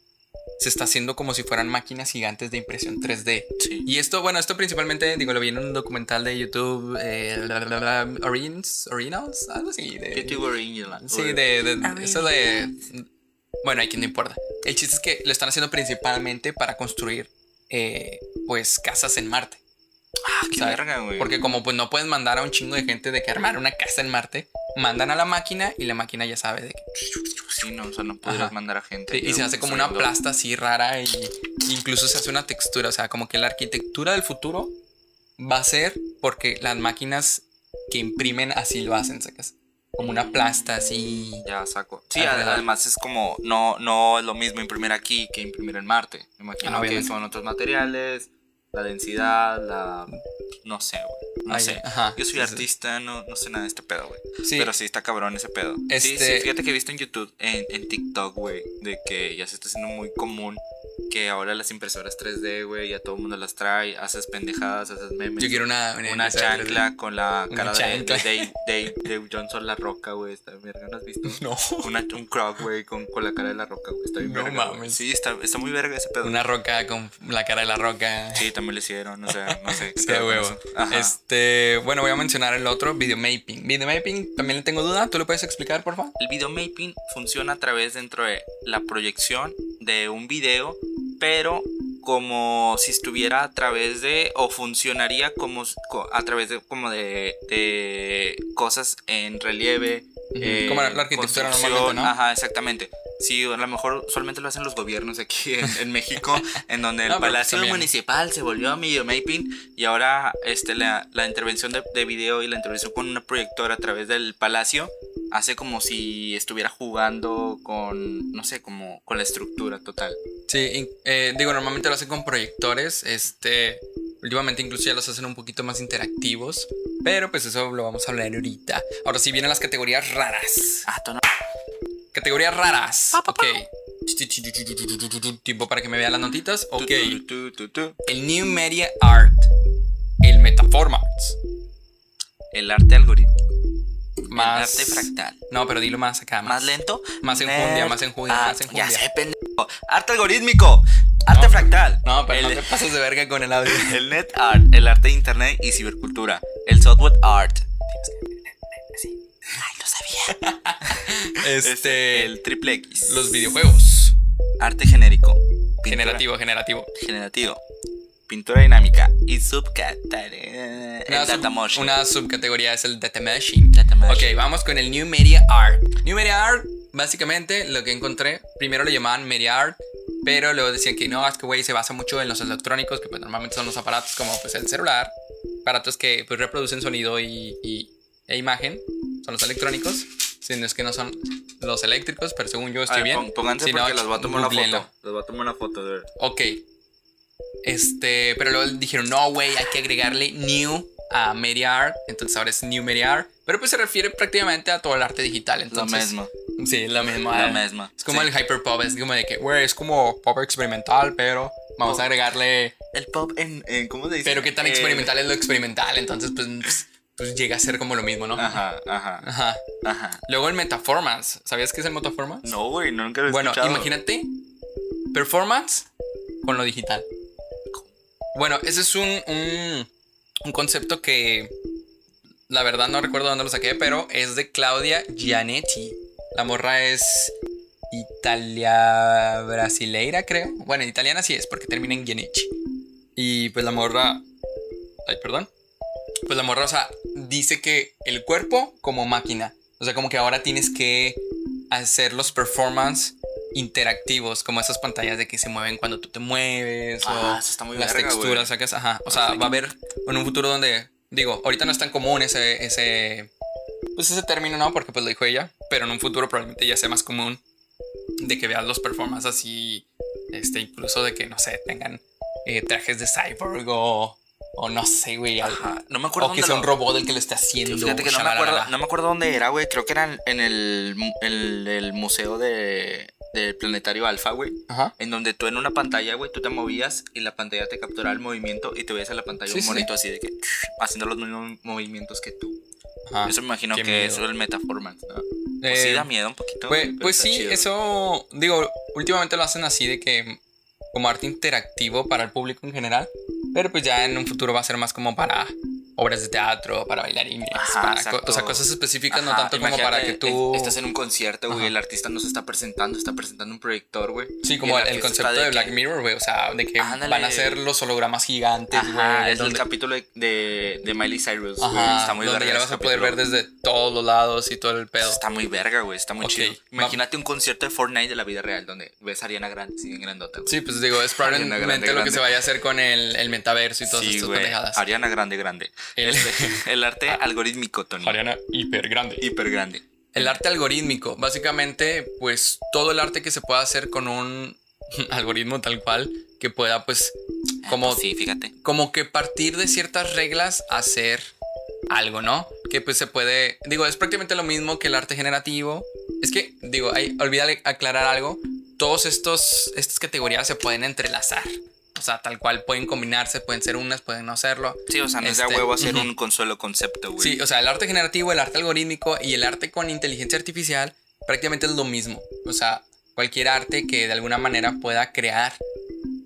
[SPEAKER 1] se está haciendo como si fueran máquinas gigantes de impresión 3D.
[SPEAKER 2] Sí.
[SPEAKER 1] Y esto, bueno, esto principalmente, digo, lo vi en un documental de YouTube, eh, la, la, la, la, Origins- Originals, algo así. De,
[SPEAKER 2] YouTube original.
[SPEAKER 1] Sí, de, de- eso de. Bueno, aquí no importa. El chiste es que lo están haciendo principalmente para construir, eh, pues, casas en Marte.
[SPEAKER 2] Ah, qué
[SPEAKER 1] ¿sabes?
[SPEAKER 2] verga, güey.
[SPEAKER 1] Porque como pues no pueden mandar a un chingo de gente de que armar una casa en Marte, mandan a la máquina y la máquina ya sabe de que.
[SPEAKER 2] pues Sí, no, o sea, no podrás
[SPEAKER 1] Ajá.
[SPEAKER 2] mandar a gente.
[SPEAKER 1] Sí, y se hace como una
[SPEAKER 2] plaza
[SPEAKER 1] plasta así rara y y incluso se hace una textura. O sea, como que la arquitectura del futuro va a ser porque las máquinas que imprimen así lo hacen, sacas. Como una plasta así.
[SPEAKER 2] Ya saco. Sí,
[SPEAKER 1] Alrededor.
[SPEAKER 2] ad- además es como, no, no es lo mismo imprimir aquí que imprimir en Marte. Me imagino que
[SPEAKER 1] Obviamente.
[SPEAKER 2] son otros materiales, la densidad, la. No sé, güey. No
[SPEAKER 1] Ahí,
[SPEAKER 2] sé.
[SPEAKER 1] ajá.
[SPEAKER 2] Yo
[SPEAKER 1] Sí,
[SPEAKER 2] soy
[SPEAKER 1] sí.
[SPEAKER 2] artista, no, no sé nada de este pedo, güey.
[SPEAKER 1] Sí.
[SPEAKER 2] Pero sí está cabrón ese pedo. Sí,
[SPEAKER 1] Este-
[SPEAKER 2] sí, fíjate que he visto en YouTube, en, en TikTok, güey, de que ya se está haciendo muy común que ahora las impresoras 3D, güey, ya todo el mundo las trae, haces pendejadas, haces memes.
[SPEAKER 1] Yo quiero una,
[SPEAKER 2] Una chancla con la
[SPEAKER 1] Una
[SPEAKER 2] cara de-
[SPEAKER 1] chancla.
[SPEAKER 2] de Dave, Dave- Dave Johnson La Roca, güey. Está bien verga, ¿no has visto?
[SPEAKER 1] No.
[SPEAKER 2] Una- un croc, güey, con, con la cara de La Roca, güey. Está bien
[SPEAKER 1] No
[SPEAKER 2] verga, güey.
[SPEAKER 1] mames.
[SPEAKER 2] Sí, está, está muy verga ese pedo.
[SPEAKER 1] Una roca con la cara de la roca.
[SPEAKER 2] Sí, también lo hicieron, o sea, no sé. qué
[SPEAKER 1] Sí,
[SPEAKER 2] pedo con
[SPEAKER 1] huevo.
[SPEAKER 2] eso. Ajá.
[SPEAKER 1] Este, bueno, voy a mencionar el otro, videomapping. Videomapping, también le tengo duda. ¿Tú lo puedes explicar, por favor?
[SPEAKER 2] El video mapping funciona a través dentro de la proyección de un video, pero como si estuviera a través de o funcionaría como s- co- a través de como de, de cosas en relieve
[SPEAKER 1] Ujú,
[SPEAKER 2] eh,
[SPEAKER 1] como la- la arquitectura
[SPEAKER 2] construcción,
[SPEAKER 1] normalmente, ¿no?
[SPEAKER 2] ajá exactamente sí a lo mejor solamente lo hacen los gobiernos aquí en, en México en donde el
[SPEAKER 1] No, pero pues
[SPEAKER 2] palacio
[SPEAKER 1] también.
[SPEAKER 2] municipal se volvió a video mapping y ahora este la, la intervención de, de video y la intervención con una proyectora a través del palacio hace como si estuviera jugando con, no sé, como con la estructura total.
[SPEAKER 1] Sí, in- eh, digo, normalmente lo hacen con proyectores, este, últimamente incluso ya los hacen un poquito más interactivos, pero pues eso lo vamos a hablar ahorita. Ahora sí vienen las categorías raras.
[SPEAKER 2] Ah, tono.
[SPEAKER 1] Categorías raras. Ok. Tiempo para que me vean las notitas. Ok.
[SPEAKER 2] Tu, tu, tu, tu, tu.
[SPEAKER 1] El New Media Art. El Metaformats.
[SPEAKER 2] El arte algorítmico.
[SPEAKER 1] Más.
[SPEAKER 2] El arte fractal.
[SPEAKER 1] No, pero dilo más acá.
[SPEAKER 2] Más lento.
[SPEAKER 1] Más enjundia,
[SPEAKER 2] Nerd.
[SPEAKER 1] más enjundia,
[SPEAKER 2] Ah,
[SPEAKER 1] más enjundia.
[SPEAKER 2] Ya sé, pendejo. Arte algorítmico. Arte
[SPEAKER 1] No.
[SPEAKER 2] fractal.
[SPEAKER 1] No, pero
[SPEAKER 2] el,
[SPEAKER 1] no te pases de verga con el audio.
[SPEAKER 2] el net art, el arte de internet y cibercultura. El software art. Sí. Ay, lo sabía.
[SPEAKER 1] Este.
[SPEAKER 2] el triple X.
[SPEAKER 1] Los videojuegos.
[SPEAKER 2] Arte genérico. Pintura-
[SPEAKER 1] Generativo, generativo.
[SPEAKER 2] Generativo. Pintura dinámica. Y subcategoría.
[SPEAKER 1] Una,
[SPEAKER 2] El
[SPEAKER 1] sub-
[SPEAKER 2] datamotion.
[SPEAKER 1] una subcategoría es el data meshing.
[SPEAKER 2] Data meshing.
[SPEAKER 1] Ok, vamos con el New Media Art. New Media Art, básicamente lo que encontré, primero lo llamaban Media Art, pero luego decían que no, es que güey, se basa mucho en los electrónicos, que pues normalmente son los aparatos como pues el celular, aparatos que pues reproducen sonido y, y- e imagen, son los electrónicos, sino es que no son los eléctricos, pero según yo
[SPEAKER 2] A
[SPEAKER 1] estoy
[SPEAKER 2] ver,
[SPEAKER 1] bien.
[SPEAKER 2] pon- Pónganse
[SPEAKER 1] Si no,
[SPEAKER 2] porque les voy a tomar una
[SPEAKER 1] googleenlo.
[SPEAKER 2] foto. Les voy a tomar una foto. de ver.
[SPEAKER 1] Ok. Este, pero luego dijeron, no, güey, hay que agregarle new a media art. Entonces ahora es new media art. Pero pues se refiere prácticamente a todo el arte digital.
[SPEAKER 2] Lo
[SPEAKER 1] Entonces,
[SPEAKER 2] mismo.
[SPEAKER 1] Sí, lo mismo.
[SPEAKER 2] Lo
[SPEAKER 1] eh.
[SPEAKER 2] mismo.
[SPEAKER 1] Es como
[SPEAKER 2] Sí.
[SPEAKER 1] el hyperpop, es como de que, güey, es como pop experimental, pero vamos a agregarle.
[SPEAKER 2] El pop en, en- ¿Cómo se dice?
[SPEAKER 1] Pero qué tan
[SPEAKER 2] Eh,
[SPEAKER 1] experimental es lo experimental. Entonces, pues, pues, pues llega a ser como lo mismo, ¿no?
[SPEAKER 2] Ajá, ajá,
[SPEAKER 1] Ajá.
[SPEAKER 2] ajá.
[SPEAKER 1] Luego el metaformance. ¿Sabías qué es el metaformance?
[SPEAKER 2] No, güey, nunca lo he
[SPEAKER 1] Bueno,
[SPEAKER 2] escuchado.
[SPEAKER 1] imagínate performance con lo digital. Bueno, ese es un, un, un concepto que la verdad no recuerdo dónde lo saqué, pero es de Claudia Gianetti. La morra es italia brasileira, creo. Bueno, italiana sí es, porque termina en Gianetti. Y pues la morra... Ay, perdón. Pues la morra, o sea, dice que el cuerpo como máquina. O sea, como que ahora tienes que hacer los performance interactivos, como esas pantallas de que se mueven cuando tú te mueves
[SPEAKER 2] Ah,
[SPEAKER 1] o
[SPEAKER 2] eso está muy
[SPEAKER 1] las
[SPEAKER 2] verga, güey. Ah,
[SPEAKER 1] texturas, sacas, ajá. O sea, va a haber en un futuro donde, digo, ahorita no es tan común ese, ese, pues ese término, ¿no? Porque pues lo dijo ella, pero en un futuro probablemente ya sea más común de que veas los performances así, este, incluso de que, no sé, tengan eh, trajes de cyborg o, o no sé, güey, al-
[SPEAKER 2] Ajá. No me acuerdo
[SPEAKER 1] o que
[SPEAKER 2] dónde
[SPEAKER 1] sea
[SPEAKER 2] lo-
[SPEAKER 1] un robot el que lo esté haciendo.
[SPEAKER 2] Fíjate que no me,
[SPEAKER 1] shabalala.
[SPEAKER 2] acuerdo, no me acuerdo dónde era, güey. Creo que era en el, el, el museo de, del planetario Alfa, güey.
[SPEAKER 1] Ajá.
[SPEAKER 2] En donde tú en una pantalla, güey, tú te movías y la pantalla te capturaba el movimiento y te veías a la pantalla
[SPEAKER 1] Sí,
[SPEAKER 2] un
[SPEAKER 1] sí.
[SPEAKER 2] monito así de que haciendo los mismos movimientos que tú.
[SPEAKER 1] ajá.
[SPEAKER 2] Eso me imagino
[SPEAKER 1] Ah, qué
[SPEAKER 2] que
[SPEAKER 1] miedo.
[SPEAKER 2] eso es el metaformance, ¿no?
[SPEAKER 1] Eh,
[SPEAKER 2] Pues sí, da miedo un poquito.
[SPEAKER 1] Pues,
[SPEAKER 2] güey, pero
[SPEAKER 1] pues
[SPEAKER 2] está
[SPEAKER 1] sí,
[SPEAKER 2] chido.
[SPEAKER 1] eso, digo, últimamente lo hacen así de que como arte interactivo para el público en general, pero pues ya en un futuro va a ser más como para obras de teatro, para bailarines,
[SPEAKER 2] Ajá,
[SPEAKER 1] para co-
[SPEAKER 2] exacto.
[SPEAKER 1] o sea, cosas específicas, no
[SPEAKER 2] Ajá,
[SPEAKER 1] tanto como para que
[SPEAKER 2] imagínate,
[SPEAKER 1] tú...
[SPEAKER 2] es- Estás en un concierto, güey.
[SPEAKER 1] Ajá.
[SPEAKER 2] El artista no se está presentando, está presentando un proyector, güey.
[SPEAKER 1] Sí,
[SPEAKER 2] y
[SPEAKER 1] como el, el
[SPEAKER 2] artista este está
[SPEAKER 1] concepto de, Black
[SPEAKER 2] que-
[SPEAKER 1] Mirror, güey, o sea, de que
[SPEAKER 2] Ándale.
[SPEAKER 1] van a ser los hologramas gigantes, güey.
[SPEAKER 2] Ajá, es el
[SPEAKER 1] donde-
[SPEAKER 2] capítulo de, de, de Miley Cyrus, güey.
[SPEAKER 1] Ajá,
[SPEAKER 2] Está muy
[SPEAKER 1] donde
[SPEAKER 2] verga.
[SPEAKER 1] ya lo
[SPEAKER 2] ese
[SPEAKER 1] vas a poder ver
[SPEAKER 2] capítulo.
[SPEAKER 1] desde todos los lados y todo el pedo.
[SPEAKER 2] Está muy verga, güey. Está muy
[SPEAKER 1] Ok,
[SPEAKER 2] chido. Imagínate un concierto de Fortnite de la vida real donde ves a Ariana Grande, sí, en grandota, güey.
[SPEAKER 1] Sí, pues digo, es probablemente
[SPEAKER 2] Ariana Grande,
[SPEAKER 1] lo que
[SPEAKER 2] grande.
[SPEAKER 1] se vaya a hacer con el, el metaverso y todas
[SPEAKER 2] Sí,
[SPEAKER 1] estas
[SPEAKER 2] güey.
[SPEAKER 1] pendejadas.
[SPEAKER 2] Ariana Grande, grande. El,
[SPEAKER 1] El- Ah.
[SPEAKER 2] el arte algorítmico, Tony.
[SPEAKER 1] Ariana hiper grande.
[SPEAKER 2] Hiper grande.
[SPEAKER 1] El arte algorítmico, básicamente, pues todo el arte que se pueda hacer con un algoritmo tal cual que pueda, pues, como,
[SPEAKER 2] Ah, sí, fíjate.
[SPEAKER 1] como que partir de ciertas reglas hacer algo, ¿no? Que pues se puede, digo, es prácticamente lo mismo que el arte generativo. Es que, digo, hay, olvídale aclarar algo, todos estos, estas categorías se pueden entrelazar. O sea, tal cual pueden combinarse, pueden ser unas, pueden no serlo.
[SPEAKER 2] Sí, o sea, no es de
[SPEAKER 1] Este,
[SPEAKER 2] a huevo hacer
[SPEAKER 1] ujú.
[SPEAKER 2] un consuelo concepto, güey.
[SPEAKER 1] Sí, o sea, el arte generativo, el arte algorítmico y el arte con inteligencia artificial prácticamente es lo mismo. O sea, cualquier arte que de alguna manera pueda crear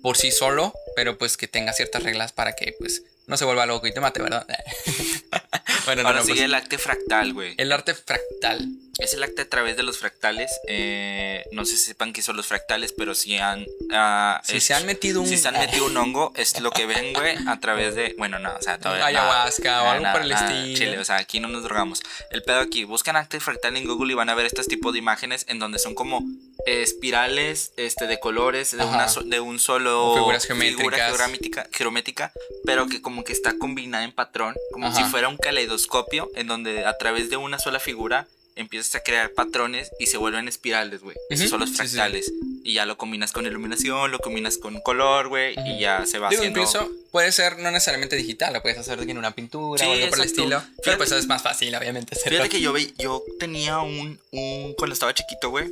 [SPEAKER 1] por sí solo, pero pues que tenga ciertas reglas para que pues no se vuelva loco y te mate, ¿verdad? bueno, no,
[SPEAKER 2] Ahora
[SPEAKER 1] no,
[SPEAKER 2] sigue
[SPEAKER 1] pues, el...
[SPEAKER 2] el arte fractal, güey.
[SPEAKER 1] arte fractal.
[SPEAKER 2] Es el acta a través de los fractales. eh, no sé si sepan qué son los fractales, pero si han. ah,
[SPEAKER 1] Si
[SPEAKER 2] es-
[SPEAKER 1] se han metido un
[SPEAKER 2] si se han metido un hongo, es lo que ven, güey, a través de. Bueno, no, o sea, todavía.
[SPEAKER 1] Ayahuasca o algo por el estilo.
[SPEAKER 2] Chile, o sea, aquí no nos drogamos. El pedo aquí, buscan acta fractal en Google y van a ver estos tipos de imágenes en donde son como eh, espirales este, de colores, de,
[SPEAKER 1] Ajá.
[SPEAKER 2] una so- de un solo.
[SPEAKER 1] O figuras
[SPEAKER 2] Figura
[SPEAKER 1] geométricas.
[SPEAKER 2] geométrica, geométrica, pero que como que está combinada en patrón, como
[SPEAKER 1] Ajá.
[SPEAKER 2] si fuera un caleidoscopio, en donde a través de una sola figura empiezas a crear patrones y se vuelven espirales, güey. Esos
[SPEAKER 1] Ujú,
[SPEAKER 2] son los
[SPEAKER 1] sí, sí.
[SPEAKER 2] fractales. Y ya lo combinas con iluminación, lo combinas con color, güey, y ya se va
[SPEAKER 1] Digo,
[SPEAKER 2] haciendo.
[SPEAKER 1] incluso puede ser no necesariamente digital, lo puedes hacer en una pintura
[SPEAKER 2] Sí,
[SPEAKER 1] o algo por el
[SPEAKER 2] exacto.
[SPEAKER 1] estilo.
[SPEAKER 2] Fíjate-
[SPEAKER 1] Pero pues es más fácil, obviamente. hacerlo.
[SPEAKER 2] Fíjate que yo, ve- yo tenía un, un. Cuando estaba chiquito, güey.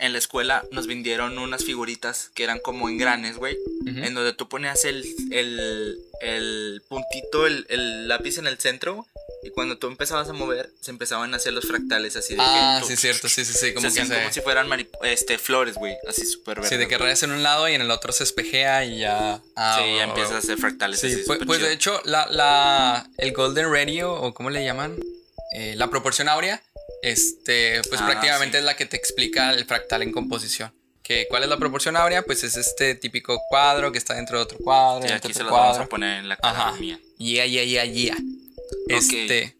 [SPEAKER 2] En la escuela nos vendieron unas figuritas que eran como engranes, güey.
[SPEAKER 1] Ujú.
[SPEAKER 2] En donde tú ponías el, el, el puntito, el, el lápiz en el centro. Y cuando tú empezabas a mover, se empezaban a hacer los fractales así de
[SPEAKER 1] Ah,
[SPEAKER 2] que.
[SPEAKER 1] sí, es cierto, sí, sí, sí.
[SPEAKER 2] como,
[SPEAKER 1] Como que se-
[SPEAKER 2] como si fueran mari- este, flores, güey. Así súper verdes.
[SPEAKER 1] sí, de que
[SPEAKER 2] güey.
[SPEAKER 1] rayas en un lado y en el otro se espejea y ya. ah,
[SPEAKER 2] pues, Sí, ya
[SPEAKER 1] o-
[SPEAKER 2] empiezas a hacer fractales.
[SPEAKER 1] Sí,
[SPEAKER 2] así
[SPEAKER 1] pues,
[SPEAKER 2] súper
[SPEAKER 1] pues, de
[SPEAKER 2] chido.
[SPEAKER 1] hecho, la, la, el Golden Radio, o ¿cómo le llaman? Eh, la proporción áurea, este, pues
[SPEAKER 2] Ah,
[SPEAKER 1] prácticamente
[SPEAKER 2] sí.
[SPEAKER 1] es la que te explica el fractal en composición. Que, ¿Cuál es la proporción áurea? Pues es este típico cuadro que está dentro de otro cuadro,
[SPEAKER 2] Y
[SPEAKER 1] dentro
[SPEAKER 2] aquí
[SPEAKER 1] de
[SPEAKER 2] se
[SPEAKER 1] otro
[SPEAKER 2] los vamos a
[SPEAKER 1] cuadro.
[SPEAKER 2] poner en la cara
[SPEAKER 1] Ajá.
[SPEAKER 2] mía.
[SPEAKER 1] Yeah, yeah, yeah, yeah. Este.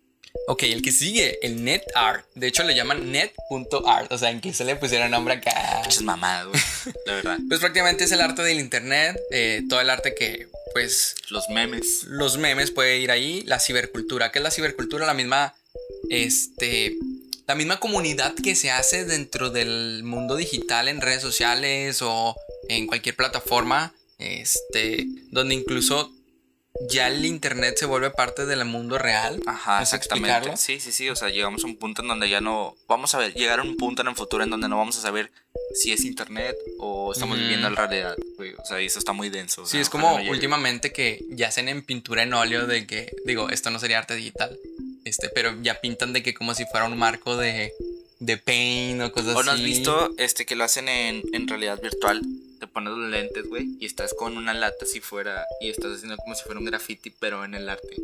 [SPEAKER 1] Ok, el que sigue, el NetArt. De hecho, le llaman net.art. O sea, incluso le pusieron nombre acá.
[SPEAKER 2] Muchas mamadas, güey. La verdad.
[SPEAKER 1] Pues prácticamente es el arte del internet. eh, todo el arte que, pues,
[SPEAKER 2] Los memes.
[SPEAKER 1] los memes puede ir ahí, la cibercultura, que es la cibercultura, la misma este la misma comunidad que se hace dentro del mundo digital en redes sociales o en cualquier plataforma, este donde incluso ya el internet se vuelve parte del mundo real.
[SPEAKER 2] Ajá,
[SPEAKER 1] ¿Es
[SPEAKER 2] exactamente.
[SPEAKER 1] explicarlo?
[SPEAKER 2] Sí, sí, sí. O sea, llegamos a un punto en donde ya no. Vamos a ver, llegar a un punto en el futuro en donde no vamos a saber si es internet o estamos
[SPEAKER 1] Ujú.
[SPEAKER 2] viviendo en realidad. güey. O sea, y eso está muy denso. o
[SPEAKER 1] Sí,
[SPEAKER 2] sea,
[SPEAKER 1] es
[SPEAKER 2] ojalá
[SPEAKER 1] como
[SPEAKER 2] no llegue.
[SPEAKER 1] últimamente que ya hacen en pintura en óleo de que, digo, esto no sería arte digital, este, pero ya pintan de que como si fuera un marco de, de paint o cosas
[SPEAKER 2] ¿O no has
[SPEAKER 1] así.
[SPEAKER 2] visto este que lo hacen en, en realidad virtual? Te pones los lentes, güey, y estás con una lata si fuera. Y estás haciendo como si fuera un graffiti, pero en el arte.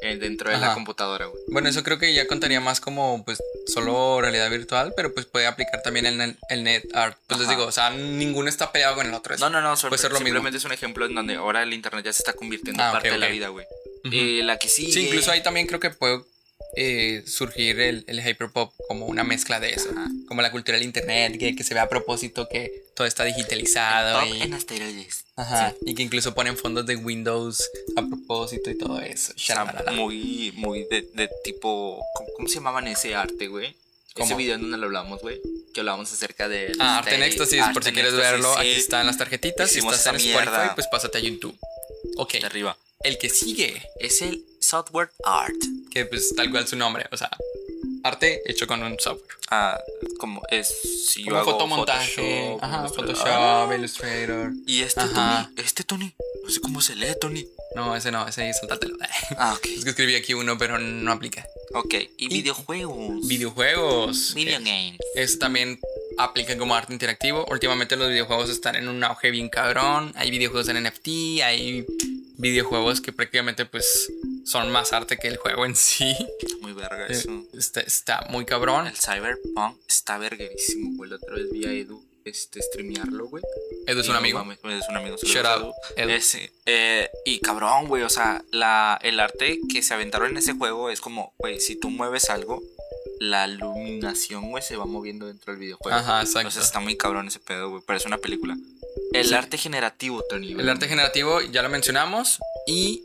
[SPEAKER 2] eh, dentro de la
[SPEAKER 1] Ajá.
[SPEAKER 2] computadora, güey.
[SPEAKER 1] Bueno, eso creo que ya contaría más como pues solo realidad virtual, pero pues puede aplicar también el, net- el net art. Pues les
[SPEAKER 2] Ajá.
[SPEAKER 1] digo, o sea, ninguno está peleado con el otro. es-
[SPEAKER 2] No, no, no. sobre-
[SPEAKER 1] Pues, Puede ser lo mismo.
[SPEAKER 2] simplemente es un ejemplo en donde ahora el internet ya se está convirtiendo en
[SPEAKER 1] Ah, ok,
[SPEAKER 2] parte de la
[SPEAKER 1] ok.
[SPEAKER 2] vida, güey.
[SPEAKER 1] Ujú.
[SPEAKER 2] eh, Y la que sigue.
[SPEAKER 1] Sí, incluso ahí también creo que puede eh, surgir el, el hyperpop como una mezcla de eso.
[SPEAKER 2] Ajá.
[SPEAKER 1] Como la cultura del internet, que, que se ve a propósito que todo está digitalizado
[SPEAKER 2] Top en
[SPEAKER 1] y,
[SPEAKER 2] asteroides.
[SPEAKER 1] ajá, y que incluso ponen fondos de Windows a propósito y todo eso.
[SPEAKER 2] Está
[SPEAKER 1] Shalalala.
[SPEAKER 2] muy, muy de, de tipo. ¿cómo, cómo se llamaban ese arte, güey? Ese
[SPEAKER 1] ¿Cómo?
[SPEAKER 2] video en donde lo hablamos, güey. Que hablábamos acerca de.
[SPEAKER 1] Ah, Arte en Éxtasis, por si quieres verlo, aquí
[SPEAKER 2] está
[SPEAKER 1] están las tarjetitas. Si
[SPEAKER 2] Hicimos
[SPEAKER 1] estás en
[SPEAKER 2] esa
[SPEAKER 1] Spotify,
[SPEAKER 2] mierda.
[SPEAKER 1] pues pásate a YouTube. Ok,
[SPEAKER 2] De arriba.
[SPEAKER 1] el que sigue
[SPEAKER 2] Es el software art.
[SPEAKER 1] que pues tal cual su nombre, o sea, arte hecho con un software.
[SPEAKER 2] Ah, como es. Si yo
[SPEAKER 1] Como
[SPEAKER 2] hago
[SPEAKER 1] fotomontaje,
[SPEAKER 2] Photoshop,
[SPEAKER 1] ajá,
[SPEAKER 2] Illustrator.
[SPEAKER 1] Photoshop,
[SPEAKER 2] Ah,
[SPEAKER 1] Illustrator.
[SPEAKER 2] Y este
[SPEAKER 1] Ajá.
[SPEAKER 2] Tony, este Tony. No sé cómo se lee, Tony.
[SPEAKER 1] No, ese no, ese saltátelo.
[SPEAKER 2] Ah,
[SPEAKER 1] Es
[SPEAKER 2] ok.
[SPEAKER 1] que escribí aquí uno, pero no aplica.
[SPEAKER 2] Ok. Y, videojuegos.
[SPEAKER 1] Videojuegos.
[SPEAKER 2] Video
[SPEAKER 1] Eh,
[SPEAKER 2] games.
[SPEAKER 1] Eso también aplica como arte interactivo. Últimamente los videojuegos están en un auge bien cabrón. Hay videojuegos en NFT, hay videojuegos que prácticamente pues son más arte que el juego en sí.
[SPEAKER 2] Muy verga
[SPEAKER 1] Eh,
[SPEAKER 2] eso.
[SPEAKER 1] Está, está muy cabrón.
[SPEAKER 2] El Cyberpunk está verguerísimo, güey. La otra vez vi a Edu este, streamearlo, güey.
[SPEAKER 1] Edu es
[SPEAKER 2] Y
[SPEAKER 1] un
[SPEAKER 2] no
[SPEAKER 1] amigo.
[SPEAKER 2] mames, Edu es un amigo.
[SPEAKER 1] Shout
[SPEAKER 2] saludos,
[SPEAKER 1] out,
[SPEAKER 2] Edu.
[SPEAKER 1] Edu.
[SPEAKER 2] Ese, eh, y cabrón, güey. O sea, la, el arte que se aventaron en ese juego es como, güey, si tú mueves algo, la iluminación, güey, se va moviendo dentro del videojuego.
[SPEAKER 1] Ajá,
[SPEAKER 2] O
[SPEAKER 1] exacto.
[SPEAKER 2] sea, pues, está muy cabrón ese pedo, güey. Parece una película. El
[SPEAKER 1] Sí.
[SPEAKER 2] arte generativo, Tony.
[SPEAKER 1] El arte generativo ya lo mencionamos. Y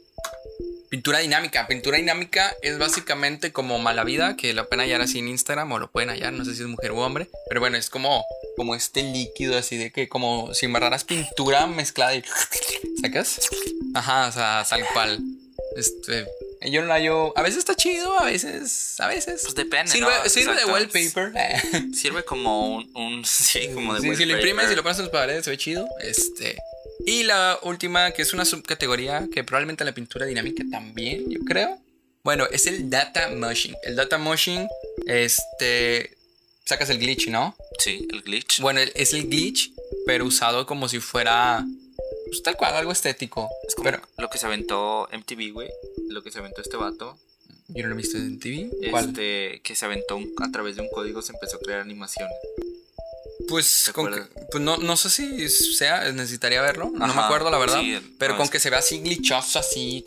[SPEAKER 1] pintura dinámica. Pintura dinámica es básicamente como mala vida, que lo pueden hallar así en Instagram o lo pueden hallar, no sé si es mujer u hombre. Pero bueno, es como, como este líquido así de que como si embarraras pintura mezclada y... ¿Sacas? Ajá, o sea, tal cual. Este... Yo no la yo. A veces está chido, a veces. A veces.
[SPEAKER 2] Pues depende,
[SPEAKER 1] Sirve,
[SPEAKER 2] ¿no?
[SPEAKER 1] sirve de
[SPEAKER 2] Exacto.
[SPEAKER 1] wallpaper.
[SPEAKER 2] Sirve como un. un- sí, como de
[SPEAKER 1] Sí, si lo
[SPEAKER 2] wallpaper.
[SPEAKER 1] imprimes y lo pones en tus paredes, se ve chido. Este. Y la última, que es una subcategoría que probablemente la pintura dinámica también, yo creo. Bueno, es el data mushing. El data mushing, este. Sacas el glitch, ¿no?
[SPEAKER 2] Sí, el glitch.
[SPEAKER 1] Bueno, el- es el glitch, pero usado como si fuera. pues, tal cual, algo estético.
[SPEAKER 2] Es como
[SPEAKER 1] Pero.
[SPEAKER 2] lo que se aventó MTV, güey. Lo que se aventó este vato.
[SPEAKER 1] Yo no lo he visto en TV. ¿Cuál?
[SPEAKER 2] Este, que se aventó un- a través de un código, se empezó a crear animaciones.
[SPEAKER 1] Pues,
[SPEAKER 2] ¿Te
[SPEAKER 1] con
[SPEAKER 2] acuerdas?
[SPEAKER 1] que- pues no, no sé si sea, necesitaría verlo. No me
[SPEAKER 2] Ajá,
[SPEAKER 1] acuerdo, la verdad.
[SPEAKER 2] sí, el-
[SPEAKER 1] pero
[SPEAKER 2] no,
[SPEAKER 1] con
[SPEAKER 2] es-
[SPEAKER 1] que se vea así glitchoso, así.